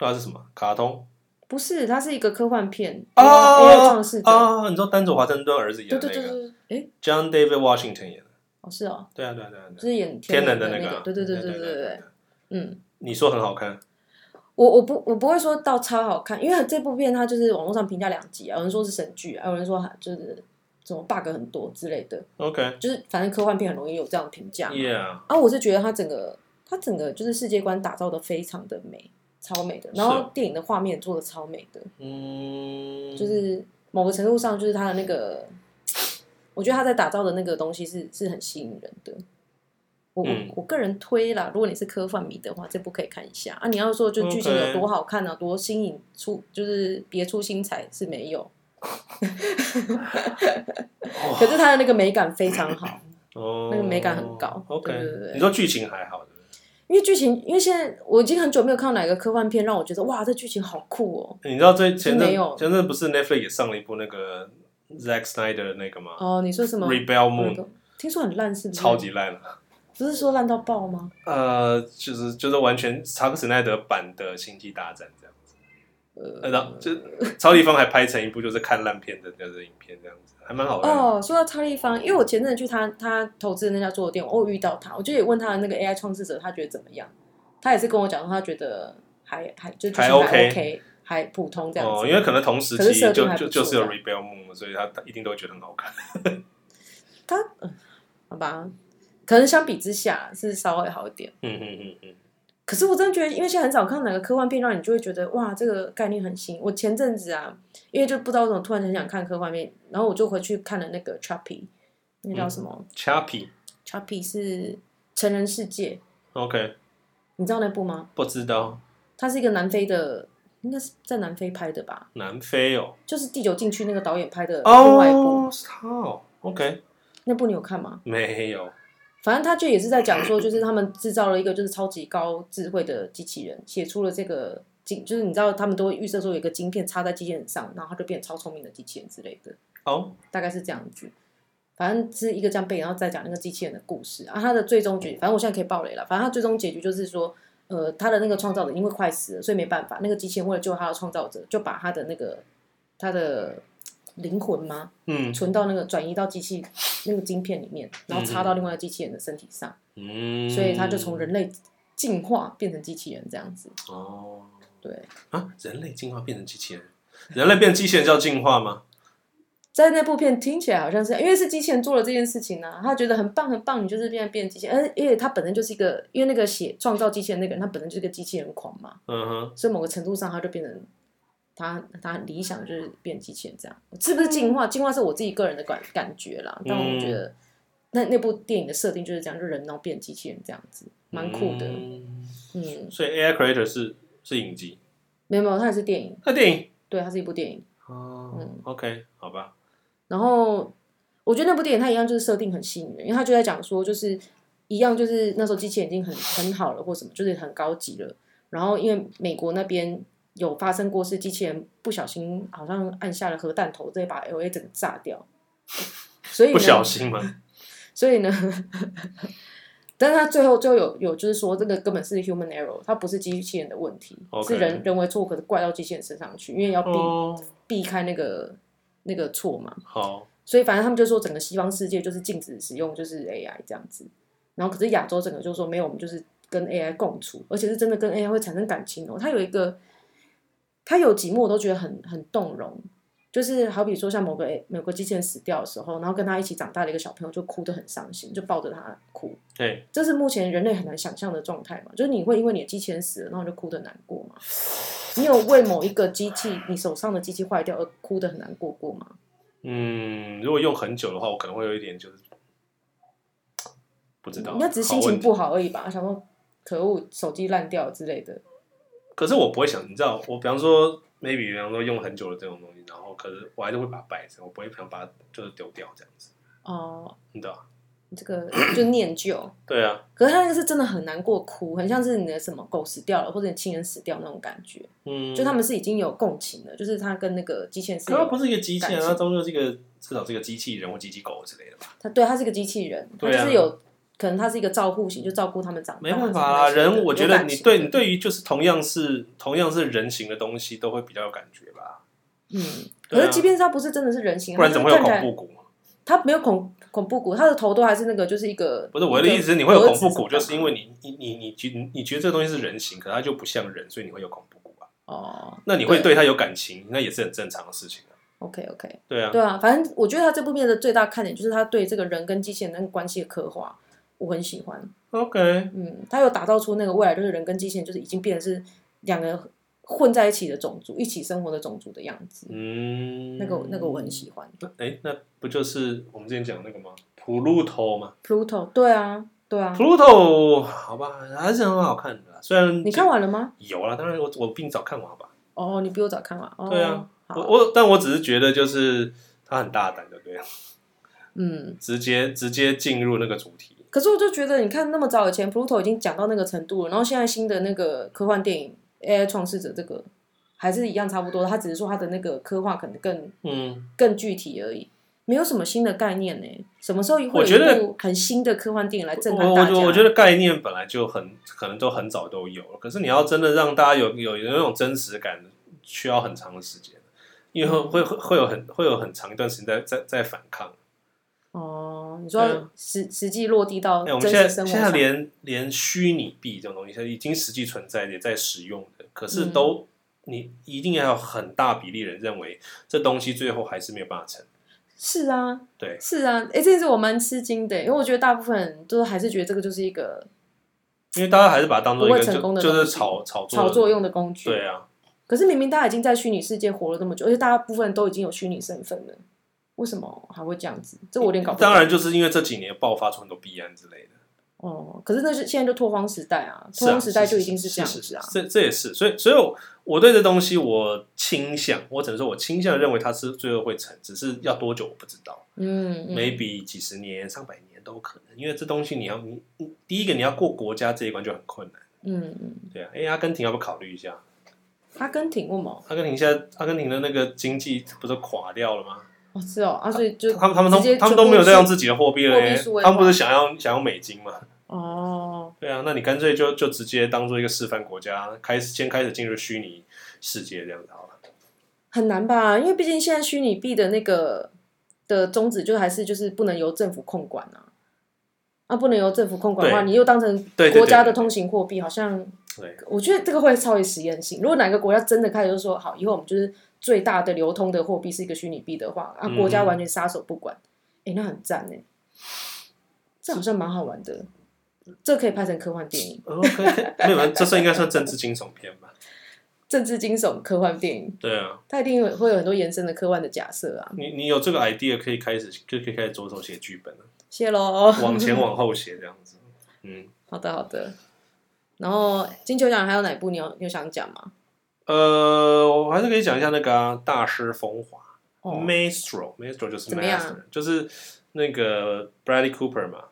Speaker 2: 那是什么？卡通
Speaker 1: 不是，它是一个科幻片
Speaker 2: 啊
Speaker 1: AI 创世者，
Speaker 2: 啊！你知道丹佐华盛顿儿子演
Speaker 1: 对
Speaker 2: 的
Speaker 1: 对
Speaker 2: 那
Speaker 1: 对
Speaker 2: 个
Speaker 1: 对，对哎，
Speaker 2: John David Washington 演的，
Speaker 1: 哦是哦，
Speaker 2: 对啊对啊对啊，
Speaker 1: 就
Speaker 2: 对啊
Speaker 1: 是演
Speaker 2: 天能
Speaker 1: 能
Speaker 2: 的
Speaker 1: 那
Speaker 2: 那个啊，
Speaker 1: 对对对
Speaker 2: 对
Speaker 1: 对对对对，，嗯，
Speaker 2: 你说很好看，
Speaker 1: 我我不我不会说到超好看，因为这部片它就是网络上评价两极啊，有人说是神剧啊，有人说它就是什么 bug 很多之类的，
Speaker 2: OK，Yeah，、
Speaker 1: 就是反正科幻片很容易有这样的评价嘛。
Speaker 2: Yeah，
Speaker 1: 啊，我是觉得它整个它整个就是世界观打造的非常的美，超美的，然后电影的画面也做的超美的，
Speaker 2: 嗯，
Speaker 1: 就是某个程度上就是它的那个，我觉得他在打造的那个东西是是很吸引人的。我、
Speaker 2: 嗯
Speaker 1: 我我个人推啦，如果你是科幻迷的话，这部可以看一下啊。你要说就
Speaker 2: OK
Speaker 1: 剧情有多好看啊多新颖出，就是别出心裁是没有，
Speaker 2: 哦
Speaker 1: 可是它的那个美感非常 好，
Speaker 2: 哦
Speaker 1: 那个美感很高
Speaker 2: OK，
Speaker 1: 对对对
Speaker 2: 你说剧情还好，对不对
Speaker 1: 因为剧情，因为现在我已经很久没有看到哪个科幻片让我觉得哇，这剧情好酷哦。
Speaker 2: 你知道这前阵
Speaker 1: 没有
Speaker 2: 前阵不是 Netflix 也上了一部那个 Zack Snyder 的那个吗、
Speaker 1: 哦，你说什么？
Speaker 2: r e b e l
Speaker 1: 那
Speaker 2: Moon，、
Speaker 1: 个听说很烂是不是？
Speaker 2: 超级烂了，
Speaker 1: 不是说烂到爆吗？
Speaker 2: 呃，就是就是完全查克史奈德版的星际大战这样子，呃，然后就超立方还拍成一部就是看烂片的就是影片这样子，还蛮好看的。
Speaker 1: 哦，说到超立方，因为我前阵子去他他投资的那家做的店，我有遇到他，我就也问他的那个 AI 创制者，他觉得怎么样？他也是跟我讲说，他觉得还还就就是
Speaker 2: 还
Speaker 1: 还
Speaker 2: OK
Speaker 1: OK，还普通这样
Speaker 2: 哦，
Speaker 1: 子。
Speaker 2: 因为可能同时
Speaker 1: 可是
Speaker 2: 期
Speaker 1: 设定
Speaker 2: 就
Speaker 1: 还不
Speaker 2: 就就是
Speaker 1: 错
Speaker 2: 有
Speaker 1: 这
Speaker 2: Rebel Moon，了所以他一定都会觉得很好看。
Speaker 1: 他、嗯好吧，可能相比之下是稍微好一点。
Speaker 2: 嗯嗯嗯嗯，
Speaker 1: 可是我真的觉得，因为现在很少看哪个科幻片，让你就会觉得哇，这个概念很新。我前阵子啊，因为就不知道为什么突然很想看科幻片，然后我就回去看了那个 Chappie，那个叫什么、
Speaker 2: 嗯 c h a p p y
Speaker 1: Chappie 是成人世界，
Speaker 2: OK，
Speaker 1: 你知道那部吗？
Speaker 2: 不知道
Speaker 1: 它是一个南非的，应该是在南非拍的吧？
Speaker 2: 南非哦，
Speaker 1: 就是第九禁区那个导演拍的另外一部，
Speaker 2: 哦，是他哦，OK，
Speaker 1: 那部你有看吗？
Speaker 2: 没有，
Speaker 1: 反正他就也是在讲说，就是他们制造了一个就是超级高智慧的机器人，写出了这个晶，就是你知道他们都会预设说有一个晶片插在机器人上，然后它就变超聪明的机器人之类的，
Speaker 2: 哦，
Speaker 1: 大概是这样子。反正是一个这样背景，然后再讲那个机器人的故事啊。它的最终结局，反正我现在可以爆雷了。反正它最终结局就是说，呃，他的那个创造者因为快死了，所以没办法，那个机器人为了救他的创造者，就把他的那个他的灵魂吗？
Speaker 2: 嗯
Speaker 1: 存到那个转移到机器那个晶片里面，然后插到另外一个机器人的身体上，
Speaker 2: 嗯，
Speaker 1: 所以它就从人类进化变成机器人这样子。
Speaker 2: 哦
Speaker 1: 对，
Speaker 2: 啊，人类进化变成机器人，人类变机器人叫进化吗？
Speaker 1: 在那部片听起来好像是因为是机器人做了这件事情呢、啊，他觉得很棒很棒，你就是变变机器人，而因为他本身就是一个，因为那个写创造机器人那个人，他本身就是个机器人狂嘛，
Speaker 2: 嗯哼，
Speaker 1: 所以某个程度上他就变成。他他很理想就是变机器人这样，是不是进化？进化是我自己个人的感感觉啦，但我觉得那那部电影的设定就是这样，就人然后变机器人这样子，蛮酷的。
Speaker 2: 嗯
Speaker 1: 嗯，
Speaker 2: 所以 AI Creator 是是影集，
Speaker 1: 没有没有，它也是电影，
Speaker 2: 那电影
Speaker 1: 对，它是一部电影。
Speaker 2: 哦
Speaker 1: 嗯
Speaker 2: ，OK，好吧，
Speaker 1: 然后我觉得那部电影它一样就是设定很吸引人，因为它就在讲说，就是一样就是那时候机器人已经很很好了或什么，就是很高级了。然后因为美国那边有发生过是机器人不小心好像按下了核弹头，直接把 L A 整个炸掉， 所以呢
Speaker 2: 不小心嘛，
Speaker 1: 所以呢，但是他最后最后有有就是说，这个根本是 human error，它不是机器人的问题
Speaker 2: OK
Speaker 1: 是人人为错，可是怪到机器人身上去，因为要避、
Speaker 2: 哦，
Speaker 1: 避开那个那个错嘛。
Speaker 2: 好，
Speaker 1: 所以反正他们就说，整个西方世界就是禁止使用就是 AI 这样子，然后可是亚洲整个就说没有，我们就是跟 AI 共处，而且是真的跟 AI 会产生感情哦。它有一个，它有几幕我都觉得很很动容，就是好比说像某个某个机器人死掉的时候，然后跟他一起长大的一个小朋友就哭得很伤心，就抱着他哭，
Speaker 2: 对，
Speaker 1: 这是目前人类很难想象的状态嘛？就是你会因为你的机器人死了，然后就哭得难过吗？你有为某一个机器，你手上的机器坏掉而哭得很难过过吗？
Speaker 2: 嗯，如果用很久的话，我可能会有一点就是不知道，
Speaker 1: 应该只是心
Speaker 2: 好问
Speaker 1: 情
Speaker 2: 题
Speaker 1: 不好而已吧？想说可恶，手机烂掉之类的。
Speaker 2: 可是我不会想，你知道，我比方说 maybe 比方说用很久的这种东西，然后可是我还是会把它摆着，我不会想把它就是丢掉这样子，
Speaker 1: 哦，
Speaker 2: 你知道吧？
Speaker 1: 这个就念旧。
Speaker 2: 对啊，
Speaker 1: 可是他那个是真的很难过哭，很像是你的什么狗死掉了，或者你亲人死掉那种感觉。
Speaker 2: 嗯，
Speaker 1: 就他们是已经有共情了，就是他跟那个机器人是
Speaker 2: 可它不
Speaker 1: 有，
Speaker 2: 是一个机器人，
Speaker 1: 感
Speaker 2: 它
Speaker 1: 情
Speaker 2: 终究是一个至少是一个机器人或机器狗之类的吧？
Speaker 1: 他对他是个机器人，他
Speaker 2: 对
Speaker 1: 就
Speaker 2: 啊
Speaker 1: 是有可能他是一个照顾型，就照顾他们长大。
Speaker 2: 没办法啦，
Speaker 1: 什么那些的
Speaker 2: 人我觉
Speaker 1: 有
Speaker 2: 得
Speaker 1: 感
Speaker 2: 你
Speaker 1: 情
Speaker 2: 对啊
Speaker 1: 的
Speaker 2: 你对于就是同样是同样是人形的东西，都会比较有感觉吧？
Speaker 1: 嗯，
Speaker 2: 对啊
Speaker 1: 可是即便是他不是真的是人形，
Speaker 2: 不然怎么会
Speaker 1: 他
Speaker 2: 有
Speaker 1: 就是看
Speaker 2: 恐
Speaker 1: 起来
Speaker 2: 怖谷？
Speaker 1: 他没有恐恐怖谷，他的头都还是那个，就是一个
Speaker 2: 不是我的意思，是你会有恐怖谷，就是因
Speaker 1: 为
Speaker 2: 为你你你你觉你觉得这个东西是人形，可它就不像人，所以你会有恐怖谷啊。
Speaker 1: 哦
Speaker 2: 那你会对它有感情，那也是很正常的事情啊。
Speaker 1: ，OK OK，
Speaker 2: 对啊，
Speaker 1: 对啊，反正我觉得他这部片的最大看点就是他对这个人跟机器人那个关系的刻画，我很喜欢。
Speaker 2: OK，
Speaker 1: 嗯，他有打造出那个未来就是人跟机器人就是已经变成是两个混在一起的种族，一起生活的种族的样子。
Speaker 2: 嗯，
Speaker 1: 那个那个我很喜欢。
Speaker 2: 那哎，那不就是我们之前讲的那个吗？Pluto 吗
Speaker 1: Pluto，对啊，对啊，
Speaker 2: ？Pluto，好吧，还是很好看的啦。虽然
Speaker 1: 你看完了吗？
Speaker 2: 有啦，当然我我比你早看完吧。
Speaker 1: 哦，你比我早看完。哦、
Speaker 2: 对啊，
Speaker 1: 好
Speaker 2: 我我但我只是觉得就是他很大胆，对不对？
Speaker 1: 嗯，
Speaker 2: 直接直接进入那个主题，
Speaker 1: 可是我就觉得你看那么早以前 Pluto 已经讲到那个程度了，然后现在新的那个科幻电影 AI 创世者这个还是一样差不多，他只是说他的那个科幻可能更
Speaker 2: 嗯，
Speaker 1: 更具体而已，没有什么新的概念呢、什么时候会
Speaker 2: 我
Speaker 1: 有
Speaker 2: 觉得
Speaker 1: 一部很新的科幻电影来震
Speaker 2: 我
Speaker 1: 撼大家？
Speaker 2: 我我觉得概念本来就很可能都很早都有了，可是你要真的让大家有有有那种真实感，需要很长的时间，因为会会会有很会有很长一段时间在在在反抗。
Speaker 1: 哦，你
Speaker 2: 对
Speaker 1: 说
Speaker 2: 啊
Speaker 1: 实实际落地到
Speaker 2: 哎、我
Speaker 1: 真
Speaker 2: 们现在
Speaker 1: 实生
Speaker 2: 现
Speaker 1: 活
Speaker 2: 在
Speaker 1: 上，
Speaker 2: 连连虚拟币这种东西，它已经实际存在也在使用的，可是
Speaker 1: 嗯
Speaker 2: 都、你一定要有很大比例人认为这东西最后还是没有办法成。
Speaker 1: 是啊，
Speaker 2: 对，
Speaker 1: 是啊，哎、这件事我蛮吃惊的，因为我觉得大部分人都还是觉得这个就是一个
Speaker 2: 因为大家还是把它当做一
Speaker 1: 不
Speaker 2: 个
Speaker 1: 会
Speaker 2: 就
Speaker 1: 成功的
Speaker 2: 就
Speaker 1: 东
Speaker 2: 是
Speaker 1: 西
Speaker 2: 炒炒作
Speaker 1: 炒作用的工具。
Speaker 2: 对啊，
Speaker 1: 可是明明大家已经在虚拟世界活了这么久，而且大部分人都已经有虚拟身份了，为什么还会这样子？这我有点搞不懂。
Speaker 2: 当然就是因为这几年爆发出很多币案之类的，
Speaker 1: 哦，可是那是现在就拓荒时代啊，拓荒时代就已经
Speaker 2: 是
Speaker 1: 这样
Speaker 2: 是
Speaker 1: 子啊。
Speaker 2: 是这这也是，所以所以我我对这东西我倾向，我只能说我倾向认为它是最后会成，只是要多久我不知道、
Speaker 1: 嗯嗯
Speaker 2: m a y b e 几十年、上百年都有可能，因为这东西你要你你第一个你要过国家这一关就很困难，
Speaker 1: 嗯嗯，
Speaker 2: 对啊，哎，阿根廷要不要考虑一下？
Speaker 1: 阿根廷为毛？
Speaker 2: 阿根廷现在阿根廷的那个经济不是垮掉了吗？
Speaker 1: 哦，是哦，啊，所以就
Speaker 2: 他们他们
Speaker 1: 直接
Speaker 2: 都他们
Speaker 1: 全
Speaker 2: 都
Speaker 1: 部
Speaker 2: 没有在用
Speaker 1: 是
Speaker 2: 自己的货币了
Speaker 1: 货币
Speaker 2: 耶
Speaker 1: 数位，化
Speaker 2: 他们不是想要想要美金吗？
Speaker 1: 哦，
Speaker 2: 对啊，那你干脆就就直接当做一个示范国家，开始先开始进入虚拟世界这样子好了。
Speaker 1: 很难吧？因为毕竟现在虚拟币的那个的宗旨就还是就是不能由政府控管啊。啊，不能由政府控管的话，
Speaker 2: 对
Speaker 1: 你又当成
Speaker 2: 对对对
Speaker 1: 国家的
Speaker 2: 对
Speaker 1: 通行货币，好像
Speaker 2: 对，
Speaker 1: 我觉得这个会超级实验性。如果哪个国家真的开始就说好，以后我们就是最大的流通的货币是一个虚拟币的话，啊，
Speaker 2: 嗯
Speaker 1: 国家完全撒手不管，哎、那很赞哎，这好像蛮好玩的，这可以拍成科幻电影，
Speaker 2: 哦可以可以没有，这算应该算政治惊悚片吧？
Speaker 1: 政治惊悚科幻电影，
Speaker 2: 对啊，
Speaker 1: 它一定有会有很多延伸的科幻的假设啊。
Speaker 2: 你你有这个 idea 可以开始就可以开始着手写剧本了，
Speaker 1: 谢喽，
Speaker 2: 往前往后写这样子。嗯，
Speaker 1: 好的好的。然后金球奖还有哪部你有你有想讲吗？
Speaker 2: 呃，我还是可以讲一下那个、啊、大师风华。
Speaker 1: 哦，
Speaker 2: Maestro，Maestro 就是
Speaker 1: 怎么样
Speaker 2: Master，就是那个 Bradley Cooper 嘛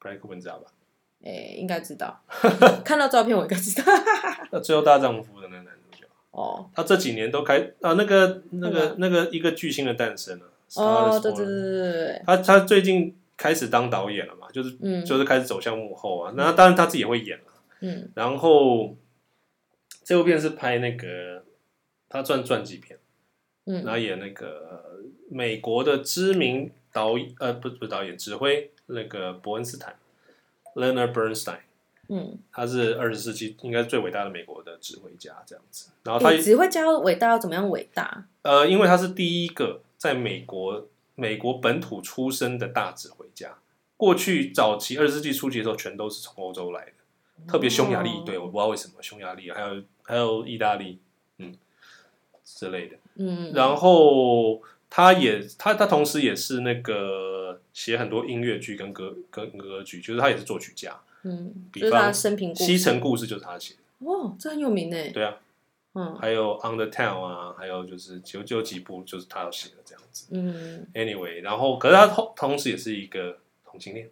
Speaker 2: ，Bradley Cooper 你知道吧？
Speaker 1: 哎、应该知 道，看到照片我应该知道。
Speaker 2: 那最后大丈夫的那个男主角，
Speaker 1: 哦
Speaker 2: 他这几年都开啊，那个那
Speaker 1: 嗯
Speaker 2: 个那个一个巨星的诞生了。
Speaker 1: 哦，
Speaker 2: Star is
Speaker 1: 对
Speaker 2: Born
Speaker 1: 对对对对对，
Speaker 2: 他他最近开始当导演了嘛，就是
Speaker 1: 嗯
Speaker 2: 就是开始走向幕后啊。那当然他自己也会演了。
Speaker 1: 嗯
Speaker 2: 然后这部片是拍那个他算传记片，
Speaker 1: 嗯
Speaker 2: 然后演那个美国的知名导演呃不不是导演指挥那个伯恩斯坦 Leonard Bernstein，
Speaker 1: 嗯，
Speaker 2: 他是二十世纪应该最伟大的美国的指挥家这样子。然后他
Speaker 1: 哎只会教伟大要怎么样伟大？
Speaker 2: 呃，因为他是第一个在美国美国本土出生的大指挥家。过去早期二十世纪初期的时候，全都是从欧洲来的，特别匈牙利一队，我不知道为什么匈牙利还有还有意大利，嗯之类的。
Speaker 1: 嗯，
Speaker 2: 然后他也他他同时也是那个写很多音乐剧跟歌跟歌剧，就是他也是作曲家。
Speaker 1: 嗯，
Speaker 2: 比
Speaker 1: 就是他
Speaker 2: 方
Speaker 1: 生平故
Speaker 2: 西
Speaker 1: 事，
Speaker 2: 城故事就是他写的，
Speaker 1: 哦，这很有名呢。
Speaker 2: 对啊，
Speaker 1: 嗯
Speaker 2: 还有 On the Town 啊，还有就是有有几部就是他写的这样子。
Speaker 1: 嗯
Speaker 2: Anyway，然后可是他同同时也是一个同性恋，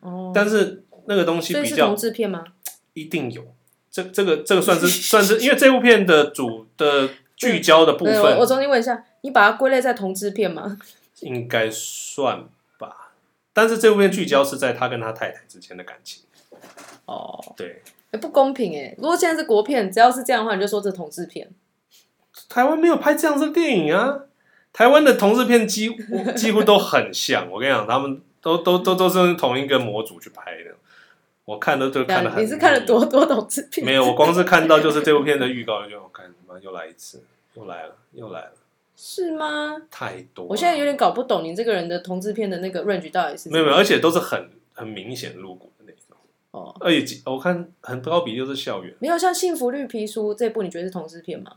Speaker 1: 哦，
Speaker 2: 但是那个东西
Speaker 1: 所以
Speaker 2: 比
Speaker 1: 是
Speaker 2: 较
Speaker 1: 同志片吗？
Speaker 2: 一定有，这这个这个算是算是，因为这部片的主的聚焦的部
Speaker 1: 对，我我
Speaker 2: 分
Speaker 1: 中间问一下，你把它归类在同志片吗？
Speaker 2: 应该算吧，但是这部片聚焦是在他跟他太太之间的感情，
Speaker 1: 哦，
Speaker 2: 对，
Speaker 1: 哎不公平哎！如果现在是国片，只要是这样的话，你就说这同志片。
Speaker 2: 台湾没有拍这样的电影啊，台湾的同志片几乎 几乎都很像，我跟你讲，他们都都都都是同一个模组去拍的，我看都都看
Speaker 1: 对
Speaker 2: 的
Speaker 1: 啊
Speaker 2: 很，
Speaker 1: 你是看了多多同志片？
Speaker 2: 没有，我光是看到就是这部片的预告，就我看他妈又来一次，又来了，又来了，
Speaker 1: 是吗？
Speaker 2: 太多了。
Speaker 1: 我现在有点搞不懂你这个人的同志片的那个 range 到底是什么
Speaker 2: 没有没有，而且都是很很明显露骨的那种，
Speaker 1: 哦，
Speaker 2: 而且几我看很高比例都是校园，
Speaker 1: 没有像《幸福绿皮书》这部，你觉得是同志片吗？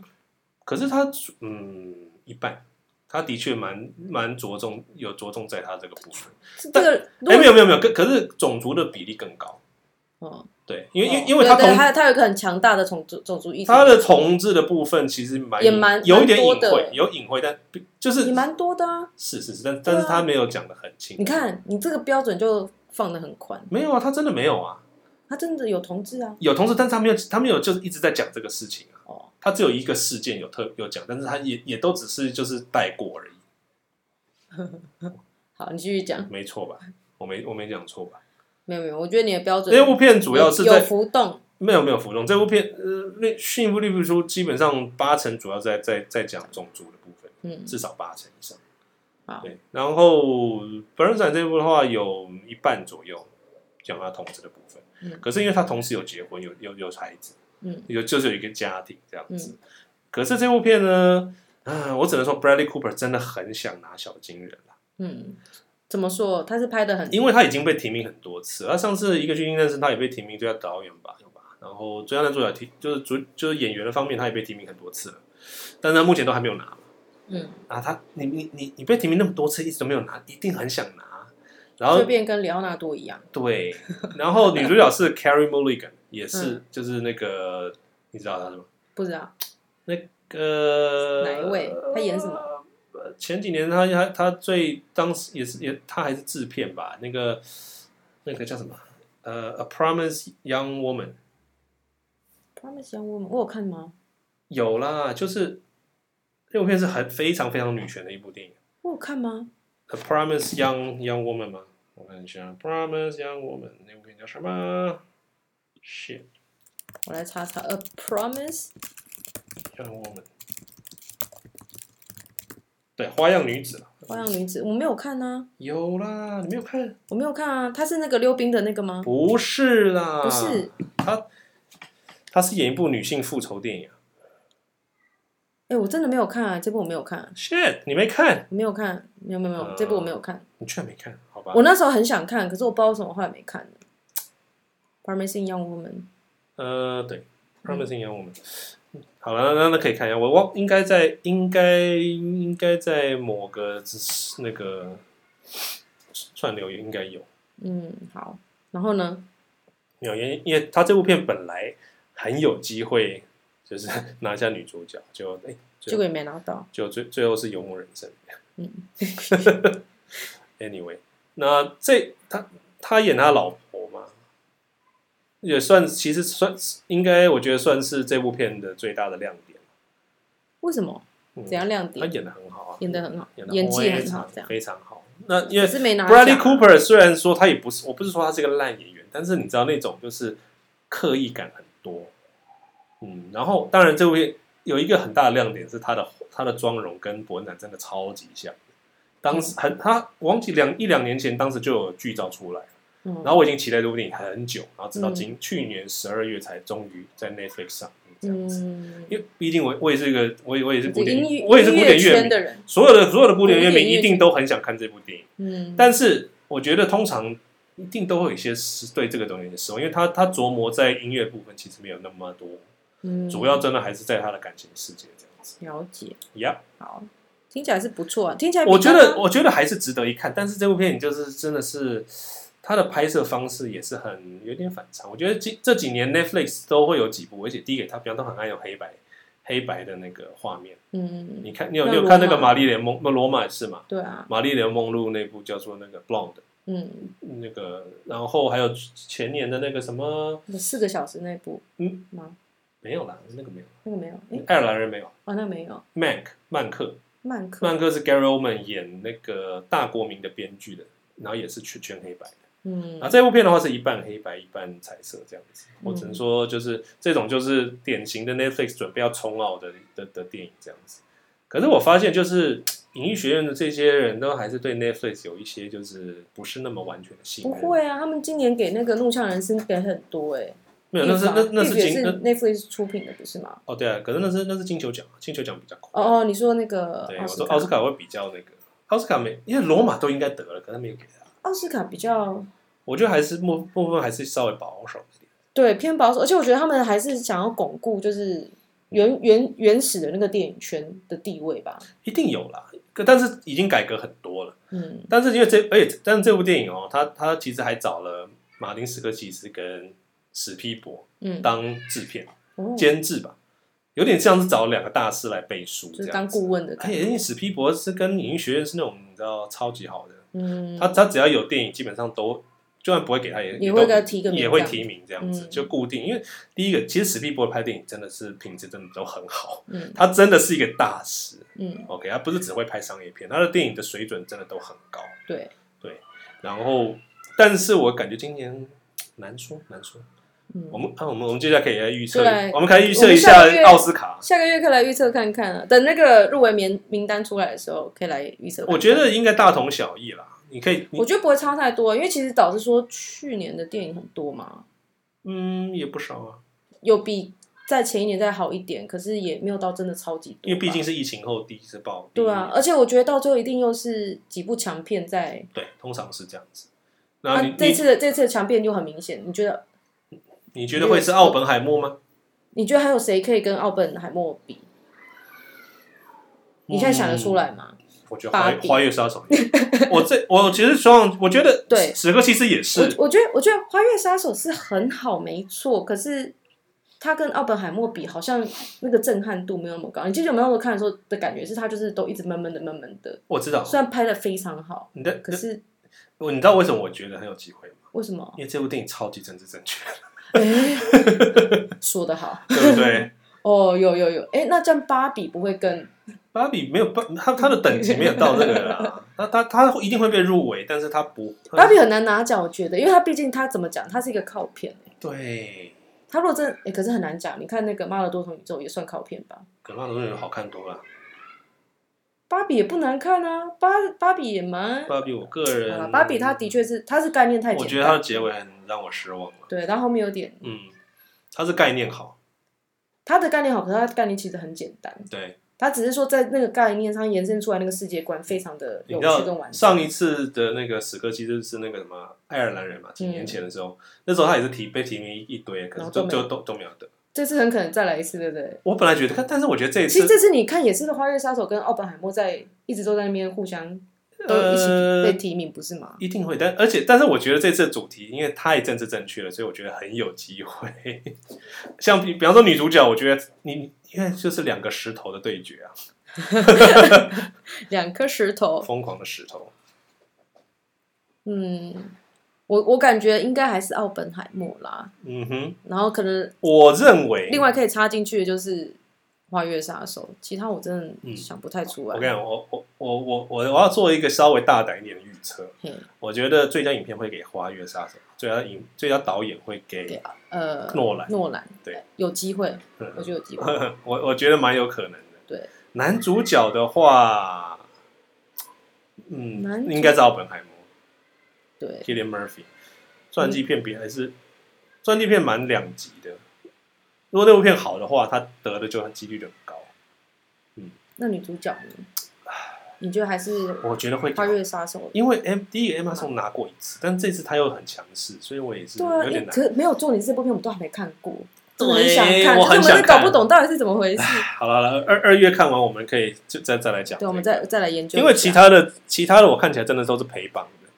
Speaker 2: 可是他嗯一半，他的确蛮蛮着重有着重在他这个部分，
Speaker 1: 是这
Speaker 2: 但
Speaker 1: 个如
Speaker 2: 哎、
Speaker 1: 果
Speaker 2: 没有没有没有，可可是种族的比例更高，
Speaker 1: 哦，
Speaker 2: 对，因为因为
Speaker 1: 哦
Speaker 2: 因为
Speaker 1: 对
Speaker 2: 他
Speaker 1: 对
Speaker 2: 同
Speaker 1: 他他有一个很强大的种族种族意识，
Speaker 2: 他的同志的部分其实蛮
Speaker 1: 也蛮
Speaker 2: 有一点隐
Speaker 1: 蛮多
Speaker 2: 晦
Speaker 1: 的，
Speaker 2: 有隐晦，但就是
Speaker 1: 也蛮啊多的啊。
Speaker 2: 是是是，但但是他没有讲的很清楚，
Speaker 1: 你看你这个标准就放的很宽，
Speaker 2: 没有啊，他真的没有啊。
Speaker 1: 他真的有同志啊。
Speaker 2: 有同事，但是他没有，他没有就是一直在讲这个事情啊。
Speaker 1: 哦
Speaker 2: 他只有一个事件有特有讲，但是他也也都只是就是带过而已，
Speaker 1: 好，你继续讲。
Speaker 2: 没错吧？我没我没讲错吧？
Speaker 1: 没有没有，我觉得你的标准
Speaker 2: 这部片主要是
Speaker 1: 有有
Speaker 2: 在
Speaker 1: 浮动，
Speaker 2: 没有没有浮动，这部片呃，那驯服绿皮书基本上八成主要在在在讲种族的部分，
Speaker 1: 嗯，
Speaker 2: 至少八成以上
Speaker 1: 好。
Speaker 2: 对，然后《本人展》这部的话，有一半左右讲他同志的部分，
Speaker 1: 嗯
Speaker 2: 可是因为他同时有结婚，有有有孩子，
Speaker 1: 嗯
Speaker 2: 有就是有一个家庭这样子。可是这部片呢，啊，我只能说 Bradley Cooper 真的很想拿小金人啦，
Speaker 1: 嗯，怎么说？他是拍的很，
Speaker 2: 因为他已经被提名很多次，他上次一个巨星诞生他也被提名最佳导演吧，有吧？然后最佳男主角提就是主就是演员的方面他也被提名很多次了，但是他目前都还没有拿嘛。
Speaker 1: 嗯
Speaker 2: 啊，他你你你你被提名那么多次，一直都没有拿，一定很想拿。然后
Speaker 1: 就变跟里奥纳多一样。
Speaker 2: 对，然后女主角是 Carrie Mulligan，也是、
Speaker 1: 嗯
Speaker 2: 就是那个你知道她是吗？
Speaker 1: 不知道
Speaker 2: 呃，
Speaker 1: 哪一位她演什么
Speaker 2: 呃？前几年她她她最当时也是也她还是制片吧，那个那个叫什么？呃，A Promise Young Woman
Speaker 1: Promise Young Woman，我有看吗？
Speaker 2: 有啦，就是这部片是很非常非常女权的一部电影。
Speaker 1: 我有看吗？
Speaker 2: A Promise Young Young Woman 吗？我看一下，Promise Young Woman 那部片叫什么？Shit
Speaker 1: 我来查查。A Promise
Speaker 2: Young Woman，对，花样女子啦
Speaker 1: 花样女子，我没有看啊，
Speaker 2: 有啦，你没有看？
Speaker 1: 我没有看啊。她是那个溜冰的那个吗？
Speaker 2: 不是啦，
Speaker 1: 不是，
Speaker 2: 她，她是演一部女性复仇电影啊。
Speaker 1: 哎、我真的没有看啊，这部我没有看、啊，
Speaker 2: Shit，你没看？
Speaker 1: 没有看，没有没有没有，
Speaker 2: 嗯
Speaker 1: 这部我没有看。
Speaker 2: 你居然没看？好吧，
Speaker 1: 我那时候很想看，可是我不知道为什么后来没看。Promising Young Woman，
Speaker 2: 呃，对，Promising Young Woman。好了，那那可以看一下，我忘应该在应该应该在某个那个串流应该有，
Speaker 1: 嗯，好。然后呢？
Speaker 2: 有因因为他这部片本来很有机会就是 拿下女主角，就哎、就
Speaker 1: 结果也没拿到。
Speaker 2: 就最最后是游牧人生。
Speaker 1: 嗯
Speaker 2: Anyway，那这他他演他老婆嘛，也算其实算应该我觉得算是这部片的最大的亮点。
Speaker 1: 为什么？
Speaker 2: 嗯
Speaker 1: 怎样亮点
Speaker 2: 他演的很好啊，
Speaker 1: 演得很好
Speaker 2: 演得
Speaker 1: 演技
Speaker 2: 非
Speaker 1: 很
Speaker 2: 常
Speaker 1: 好这样
Speaker 2: 非常好。那因为
Speaker 1: 只是没拿奖啊
Speaker 2: Bradley Cooper 虽然说他也不是，我不是说他是个烂演员，但是你知道那种就是刻意感很多。嗯，然后当然这位有一个很大的亮点是他的他的妆容跟伯恩南真的超级像。当时很他我忘记两一两年前，当时就有剧照出来，
Speaker 1: 嗯，
Speaker 2: 然后我已经期待这部电影很久，然后直到今、去年十二月才终于在 Netflix 上映这样子。
Speaker 1: 嗯，
Speaker 2: 因为毕竟我我也是一个我也我也是古典
Speaker 1: 音乐
Speaker 2: 我也是古典
Speaker 1: 音乐
Speaker 2: 乐迷
Speaker 1: 圈，的人，
Speaker 2: 所有的所有的古典乐
Speaker 1: 古典
Speaker 2: 迷
Speaker 1: 乐迷
Speaker 2: 一定都很想看这部电影，
Speaker 1: 嗯，
Speaker 2: 但是我觉得通常一定都会有一些失对这个东西的失望，因为他他琢磨在音乐部分其实没有那么多，
Speaker 1: 嗯
Speaker 2: 主要真的还是在他的感情世界这样子。
Speaker 1: 了解，
Speaker 2: 呀、
Speaker 1: 好，听起来是不错啊，听起来
Speaker 2: yeah,，
Speaker 1: 比
Speaker 2: 我觉
Speaker 1: 刚
Speaker 2: 得
Speaker 1: 刚
Speaker 2: 我觉得还是值得一看，但是这部片就是真的是它的拍摄方式也是很有点反常。我觉得这这几年 Netflix 都会有几部，而且第一个它比方都很爱有黑白黑白的那个画面。
Speaker 1: 嗯，
Speaker 2: 你看，你有
Speaker 1: 那
Speaker 2: 你有
Speaker 1: 罗
Speaker 2: 看那个《
Speaker 1: 马
Speaker 2: 玛丽莲梦》那罗马也是嘛？
Speaker 1: 对啊，
Speaker 2: 玛丽莲梦露那部叫做那个 Blonde
Speaker 1: 嗯，
Speaker 2: 那个，然后还有前年的那个什么，
Speaker 1: 那四个小时那部
Speaker 2: 嗯，
Speaker 1: 吗？
Speaker 2: 没有啦，那个没有，
Speaker 1: 那个没有，哎，
Speaker 2: 爱尔兰人没有
Speaker 1: 哦，那个没有，
Speaker 2: ，Mank 曼克，
Speaker 1: 曼克，
Speaker 2: 曼克是 Gary Oldman 演那个大国民的编剧的，然后也是全全黑白的。
Speaker 1: 嗯
Speaker 2: 啊，，这部片的话是一半黑白一半彩色这样子，我
Speaker 1: 嗯
Speaker 2: 只能说就是这种就是典型的 Netflix 准备要冲奥的的的电影这样子。可是我发现就是影艺学院的这些人都还是对 Netflix 有一些就是不是那么完全的信
Speaker 1: 不
Speaker 2: 任。
Speaker 1: 会啊，他们今年给那个《怒呛人生》给很多哎，
Speaker 2: 没有，那是那那是
Speaker 1: 绿野
Speaker 2: 金
Speaker 1: 是
Speaker 2: 那
Speaker 1: Netflix 出品的不是吗？
Speaker 2: 哦对啊，可是那是那是金球奖，金球奖比较快。
Speaker 1: 哦哦，你说那个
Speaker 2: 对，
Speaker 1: 奥
Speaker 2: 我
Speaker 1: 斯
Speaker 2: 说
Speaker 1: 卡
Speaker 2: 奥斯，卡会比较那个，奥斯卡没，因为罗马都应该得了，可是没有给他。
Speaker 1: 奥斯卡比较
Speaker 2: 我觉得还是部部分还是稍微保守一点。
Speaker 1: 对偏保守，而且我觉得他们还是想要巩固就是原原原始的那个电影圈的地位吧，
Speaker 2: 一定有啦，可但是已经改革很多了。
Speaker 1: 嗯
Speaker 2: 但是因为这，而且但是这部电影哦，它它其实还找了马丁·斯科西斯跟史皮博
Speaker 1: 嗯，
Speaker 2: 当制片、
Speaker 1: 哦
Speaker 2: 监制吧，有点像是找两个大师来背书
Speaker 1: 就
Speaker 2: 这
Speaker 1: 是当
Speaker 2: 样子。
Speaker 1: 顾问的
Speaker 2: 而
Speaker 1: 感
Speaker 2: 且
Speaker 1: 觉，
Speaker 2: 因为史皮博是跟影艺学院是那种你知道超级好的，
Speaker 1: 嗯，
Speaker 2: 他他只要有电影，基本上都就算不会给他也
Speaker 1: 也
Speaker 2: 都
Speaker 1: 会给他提个名
Speaker 2: 也会
Speaker 1: 这样
Speaker 2: 提名这样子，
Speaker 1: 嗯
Speaker 2: 就固定。因为第一个，其实史蒂博拍电影真的是品质真的都很好，
Speaker 1: 嗯
Speaker 2: 他真的是一个大师。
Speaker 1: 嗯
Speaker 2: OK，他不是只会拍商业片，他的电影的水准真的都很高。
Speaker 1: 对，
Speaker 2: 然后，但是我感觉今年难说难说。
Speaker 1: 嗯
Speaker 2: 我。们看、啊我们我们接下来可以来预测
Speaker 1: 就来，
Speaker 2: 我们可以预测一
Speaker 1: 我们下个月
Speaker 2: 奥斯卡。
Speaker 1: 下个月可以来预测看看啊，等那个入围名名单出来的时候，可以来预测看看。
Speaker 2: 我觉得应该大同小异啦。你可以，你
Speaker 1: 我觉得不会差太多，因为其实导致说去年的电影很多嘛，
Speaker 2: 嗯也不少啊，
Speaker 1: 有比在前一年再好一点，可是也没有到真的超级多吧。
Speaker 2: 因为毕竟是疫情后第一次爆。
Speaker 1: 对啊，而且我觉得到最后一定又是几部强片在。
Speaker 2: 对，通常是这样子。
Speaker 1: 那、
Speaker 2: 那你、
Speaker 1: 啊这次的这次的强片就很明显，你觉得
Speaker 2: 你你觉得会是奥本海默吗？
Speaker 1: 你觉得还有谁可以跟奥本海默比？你现在想得出来吗？
Speaker 2: 嗯？我觉得
Speaker 1: 芭
Speaker 2: 花
Speaker 1: 比
Speaker 2: 花月是要什么？ 我这我其实希望，我觉得
Speaker 1: 对
Speaker 2: 史克其实也是，
Speaker 1: 我我觉得我觉得《花月杀手》是很好，没错，可是。他跟奥本海默比，好像那个震撼度没有那么高。你记得有没有看的时候的感觉是，他就是都一直闷闷的、闷闷的。
Speaker 2: 我知道
Speaker 1: 虽然拍的非常好，
Speaker 2: 你的，
Speaker 1: 可是
Speaker 2: 我你知道为什么我觉得很有机会吗？
Speaker 1: 为什么？
Speaker 2: 因为这部电影超级政治正 确，
Speaker 1: 哎，说得好
Speaker 2: 对不对？
Speaker 1: 哦，有有有，哎，那这样芭比不会跟
Speaker 2: 芭比没有芭，他他的等级没有到这个 啦，他他他一定会被入围，但是他不
Speaker 1: 芭比很难拿奖，我觉得，因为他毕竟他怎么讲，他是一个靠片。
Speaker 2: 对，
Speaker 1: 他如果真哎，可是很难讲。你看那个《妈的多重宇宙》也算靠片吧，
Speaker 2: 可怕的人好看多了。
Speaker 1: 芭比也不难看啊，芭芭比也蛮。
Speaker 2: 芭比，我个
Speaker 1: 好啦
Speaker 2: 人，
Speaker 1: 芭比他的确是，他是概念太简单。
Speaker 2: 我觉得它的结尾很让我失望了。
Speaker 1: 对，然后后面有点，
Speaker 2: 嗯，它是概念好，
Speaker 1: 他的概念好，可是他的概念其实很简单，
Speaker 2: 对，
Speaker 1: 他只是说在那个概念上延伸出来那个世界观非常的
Speaker 2: 你
Speaker 1: 有
Speaker 2: 知
Speaker 1: 趣跟
Speaker 2: 道
Speaker 1: 完整。
Speaker 2: 上一次的那个史克基就是那个什么爱尔兰人嘛，几年前的时候，那时候他也是提被提名一堆，可
Speaker 1: 嗯然
Speaker 2: 是
Speaker 1: 后
Speaker 2: 就
Speaker 1: 都没有
Speaker 2: 就都都没有得。
Speaker 1: 这次很可能再来一次，对不对？
Speaker 2: 我本来觉得，但但是我觉得这一
Speaker 1: 其
Speaker 2: 次，
Speaker 1: 实这次你看也是《花月杀手》跟《奥本海默》在一直都在那边互相都一起
Speaker 2: 呃
Speaker 1: 被，提名，不是吗？
Speaker 2: 一定会，但而且但是我觉得这次的主题因为太政治正确了，所以我觉得很有机会。 像比比方说女主角，我觉得你因为就是两个石头的对决啊，
Speaker 1: 两颗石头，
Speaker 2: 疯狂的石头。
Speaker 1: 嗯，我我感觉应该还是奥本海默啦，
Speaker 2: 嗯哼，
Speaker 1: 然后可能
Speaker 2: 我认为
Speaker 1: 另外可以插进去的就是《花月杀手》，其他我真
Speaker 2: 嗯
Speaker 1: 的想不太出来。
Speaker 2: 我跟你讲，我我我我我我要做一个稍微大胆一点的预测，
Speaker 1: 嘿
Speaker 2: 我觉得最佳影片会给《花月杀手》，最佳影最佳导演会给
Speaker 1: 呃，
Speaker 2: 诺兰。
Speaker 1: 诺兰
Speaker 2: 对
Speaker 1: 有机会，我
Speaker 2: 嗯
Speaker 1: 觉得有机会。
Speaker 2: 我我觉得蛮有可能的。
Speaker 1: 对，
Speaker 2: 男主角的话，嗯
Speaker 1: 男，主
Speaker 2: 应该是奥本海默
Speaker 1: 对，
Speaker 2: ，Killian Murphy。传
Speaker 1: 嗯
Speaker 2: 记片比还是传记片蛮两极的。如果那部片好的话，他得的就几率就很高。
Speaker 1: 那女主角呢？你觉得还是《
Speaker 2: 我觉得会给
Speaker 1: 花月杀手》？
Speaker 2: 因为 M 第一个 Emma 送拿过一次，但这次他又很强势，所以我也是
Speaker 1: 对啊，
Speaker 2: 有点
Speaker 1: 诶
Speaker 2: 难。
Speaker 1: 可没有重点是这部片我们都还没看过，真的很
Speaker 2: 对
Speaker 1: 想看，
Speaker 2: 我很
Speaker 1: 就是我们
Speaker 2: 想
Speaker 1: 是搞
Speaker 2: 看啊
Speaker 1: 不懂到底是怎 么回事。
Speaker 2: 好了，好了二二月看完我们可以就再再来讲这个。
Speaker 1: 对，我们再再来研究一下。
Speaker 2: 因为其他的其他的我看起来真的都是陪榜的。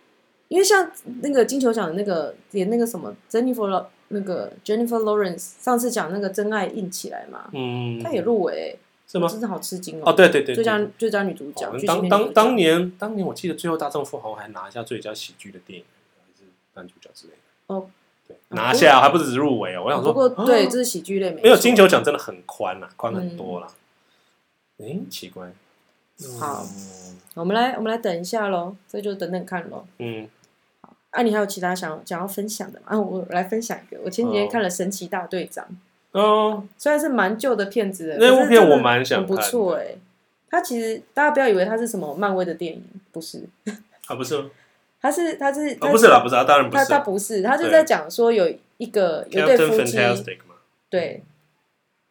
Speaker 1: 因为像那个金球奖的那个连那个什么 Jennifer Lo- 那个 Jennifer Lawrence 上次讲那个真爱硬起来嘛，
Speaker 2: 嗯，
Speaker 1: 她也入围、
Speaker 2: 是
Speaker 1: 我
Speaker 2: 吗？
Speaker 1: 真的好吃惊
Speaker 2: 哦，
Speaker 1: 哦！
Speaker 2: 对对对，
Speaker 1: 最佳
Speaker 2: 对
Speaker 1: 最佳女主角
Speaker 2: 哦，
Speaker 1: 剧情
Speaker 2: 当
Speaker 1: 片
Speaker 2: 当
Speaker 1: 女主角
Speaker 2: 当年当年我记得最后大丈夫好像还拿下最佳喜剧的电影还是男主角之类的。
Speaker 1: 哦，
Speaker 2: 对，
Speaker 1: 嗯
Speaker 2: 拿下还不止入围哦，我想说，
Speaker 1: 不过
Speaker 2: 啊
Speaker 1: 对，这是喜剧类没
Speaker 2: 没有
Speaker 1: 错
Speaker 2: 金球奖真的很宽啦，宽很多啦。诶，奇怪。
Speaker 1: 嗯好
Speaker 2: 嗯
Speaker 1: 我们来我们来等一下喽，这就等等看喽。
Speaker 2: 嗯，
Speaker 1: 啊，你还有其他想想要分享的吗？啊，我我来分享一个，我前几天
Speaker 2: 哦
Speaker 1: 看了《神奇大队长》
Speaker 2: 哦，
Speaker 1: 虽然是蛮旧的片子了，
Speaker 2: 那
Speaker 1: 可
Speaker 2: 部
Speaker 1: 是
Speaker 2: 片
Speaker 1: 真的
Speaker 2: 我蛮想
Speaker 1: 很不
Speaker 2: 看的
Speaker 1: 错哎、它其实大家不要以为它是什么漫威的电影，不是，
Speaker 2: 啊，不是吗？
Speaker 1: 它是它是
Speaker 2: 啊，
Speaker 1: 它
Speaker 2: 不是啦，不是啦，当然不
Speaker 1: 他
Speaker 2: 是
Speaker 1: 他
Speaker 2: 啦。
Speaker 1: 不是，他就在讲说有一个有对
Speaker 2: Captain
Speaker 1: 夫妻，
Speaker 2: Fantastic 嘛，
Speaker 1: 对，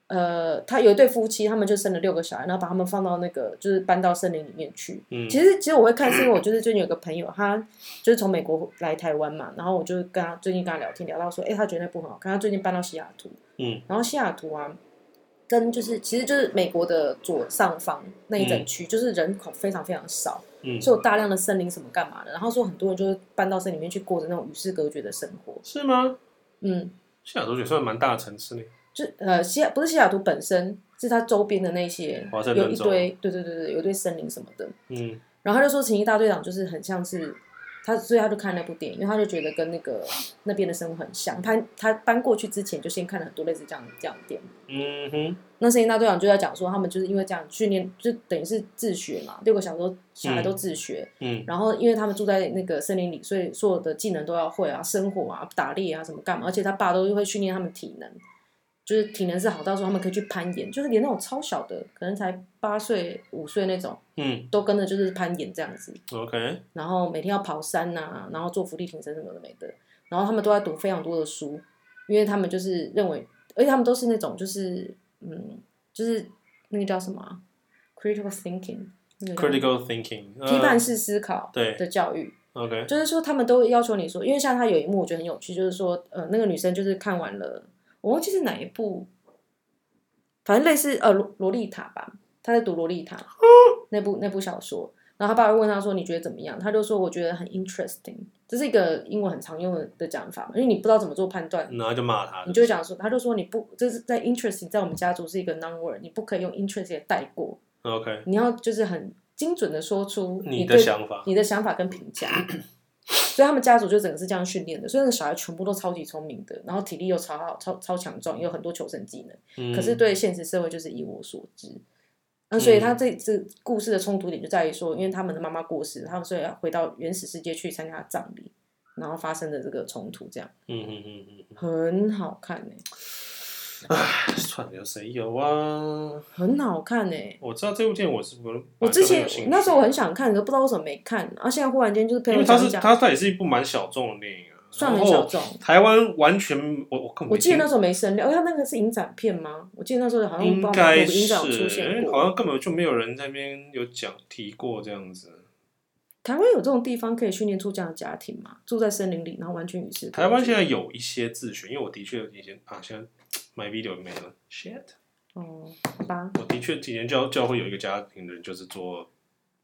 Speaker 1: 呃，他有一对夫妻，他们就生了六个小孩，然后把他们放到那个就是搬到森林里面去。
Speaker 2: 嗯，
Speaker 1: 其实其实我会看，是因为我就是最近有个朋友，他就是从美国来台湾嘛，然后我就跟他最近跟他聊天，聊到说，哎、他觉得那部很好看，他最近搬到西雅图，
Speaker 2: 嗯，
Speaker 1: 然后西雅图啊。跟就是，其实就是美国的左上方那一整区，就是人口非常非常少，
Speaker 2: 嗯，
Speaker 1: 所以有大量的森林什么干嘛的。然后说很多人就是搬到森林里面去过着那种与世隔绝的生活。
Speaker 2: 是吗？
Speaker 1: 嗯，
Speaker 2: 西雅图也算蛮大的城市呢。
Speaker 1: 就呃西雅不是西雅图本身，是它周边的那些
Speaker 2: 华盛顿
Speaker 1: 有一
Speaker 2: 州
Speaker 1: 堆，对对对对，有一堆森林什么的。
Speaker 2: 嗯
Speaker 1: 然后他就说《情义大队长》就是很像是他，所以他就看那部电影，因为他就觉得跟那个那边的生活很像。他他搬过去之前就先看了很多类似这样这样的电影。
Speaker 2: 嗯哼，
Speaker 1: 那森林大队长就在讲说，他们就是因为这样训练，就等于是自学嘛，六个小时都小孩都自学。
Speaker 2: 嗯
Speaker 1: 然后因为他们住在那个森林里，所以所有的技能都要会啊，生火啊、打猎啊什么干嘛，而且他爸都会训练他们体能，就是体能是好到说他们可以去攀岩，就是连那种超小的，可能才八岁、五岁那种，
Speaker 2: 嗯
Speaker 1: 都跟着就是攀岩这样子，
Speaker 2: ，OK，
Speaker 1: 然后每天要跑山呐、然后做伏地挺身什么的没的，然后他们都在读非常多的书，因为他们就是认为，而且他们都是那种就是嗯，就是那个叫什么啊、critical thinking，那个叫什么
Speaker 2: critical thinking，呃
Speaker 1: 批判式思考
Speaker 2: 对
Speaker 1: 的教育。
Speaker 2: ，OK，
Speaker 1: 就是说他们都要求你说，因为像他有一幕我觉得很有趣，就是说呃那个女生就是看完了，我忘记是哪一部，反正类似呃罗罗丽塔吧，她在读罗丽塔那部那部小说，然后他爸就问他说：“你觉得怎么样？”他就说：“我觉得很 interesting。”这是一个英文很常用的的讲法嘛，因为你不知道怎么做判断，
Speaker 2: 然后就骂他，
Speaker 1: 你就会讲说，他就说你不，这是在 interesting，在我们家族是一个 non word，你不可以用 interesting 带过，
Speaker 2: OK
Speaker 1: 你要就是很精准的说出
Speaker 2: 你的
Speaker 1: 对
Speaker 2: 想法，
Speaker 1: 你的想法跟评价。所以他们家族就整个是这样训练的，所以那个小孩全部都超级聪明的，然后体力又超好、超超强壮，也有很多求生技能。
Speaker 2: 嗯
Speaker 1: 可是对现实社会就是一无所知。那所以
Speaker 2: 嗯
Speaker 1: 他这次故事的冲突点就在于说，因为他们的妈妈过世，他们所以要回到原始世界去参加葬礼，然后发生的这个冲突，这样
Speaker 2: 嗯嗯嗯嗯嗯，
Speaker 1: 很好看欸呢、
Speaker 2: 唉算了，有谁有啊？
Speaker 1: 很好看呢、
Speaker 2: 我知道这部电影我是不，
Speaker 1: 我
Speaker 2: 本来
Speaker 1: 之
Speaker 2: 就很有
Speaker 1: 前
Speaker 2: 兴趣
Speaker 1: 那时候我很，想看，可是不知道为什么没看，然后现在忽然间就是朋
Speaker 2: 因
Speaker 1: 友
Speaker 2: 为它
Speaker 1: 讲
Speaker 2: 是
Speaker 1: 一讲，
Speaker 2: 它它也是一部蛮小众的电影啊，
Speaker 1: 算
Speaker 2: 然
Speaker 1: 很
Speaker 2: 后
Speaker 1: 小众。
Speaker 2: 台湾完全我我根本
Speaker 1: 我
Speaker 2: 没
Speaker 1: 记得
Speaker 2: 听
Speaker 1: 那时候没声量，而且哎那个是影展片吗？我记得那时候好像不
Speaker 2: 应
Speaker 1: 知道哪
Speaker 2: 该
Speaker 1: 个影
Speaker 2: 是
Speaker 1: 展有出现
Speaker 2: 因为
Speaker 1: 过。
Speaker 2: 好像根本就没有人在那边有讲提过这样子。
Speaker 1: 台湾有这种地方可以训练出这样的家庭吗？住在森林里，然后完全与世隔绝。
Speaker 2: 台湾现在有一些自学，因为我的确以前啊，现在 my video 没了，shit，
Speaker 1: 哦，好吧，
Speaker 2: 我的确几年教教会有一个家庭的人就是做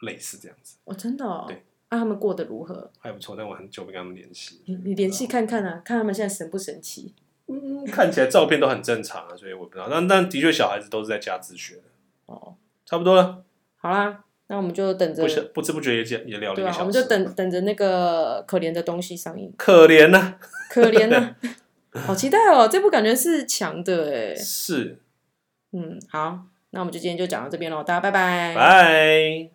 Speaker 2: 类似这样子，
Speaker 1: 哦，真的、哦，
Speaker 2: 对，
Speaker 1: 那、他们过得如何？
Speaker 2: 还不错，但我很久没跟他们联系。
Speaker 1: 你你联系看看啊，看他们现在神不神奇？
Speaker 2: 嗯，看起来照片都很正常啊，所以我不知道。但但的确，小孩子都是在家自学的，
Speaker 1: 哦，
Speaker 2: 差不多了。
Speaker 1: 好啦，那我们就等着
Speaker 2: 不，知不知不觉也讲也聊了一
Speaker 1: 对
Speaker 2: 个
Speaker 1: 啊，我
Speaker 2: 小
Speaker 1: 们
Speaker 2: 时，
Speaker 1: 就等等着那个可怜的东西上映，
Speaker 2: 可怜呐、
Speaker 1: 可 怜啊，好期待哦，这部感觉是强的哎，
Speaker 2: 是，
Speaker 1: 嗯，好，那我们就今天就讲到这边喽，大家拜拜，
Speaker 2: 拜。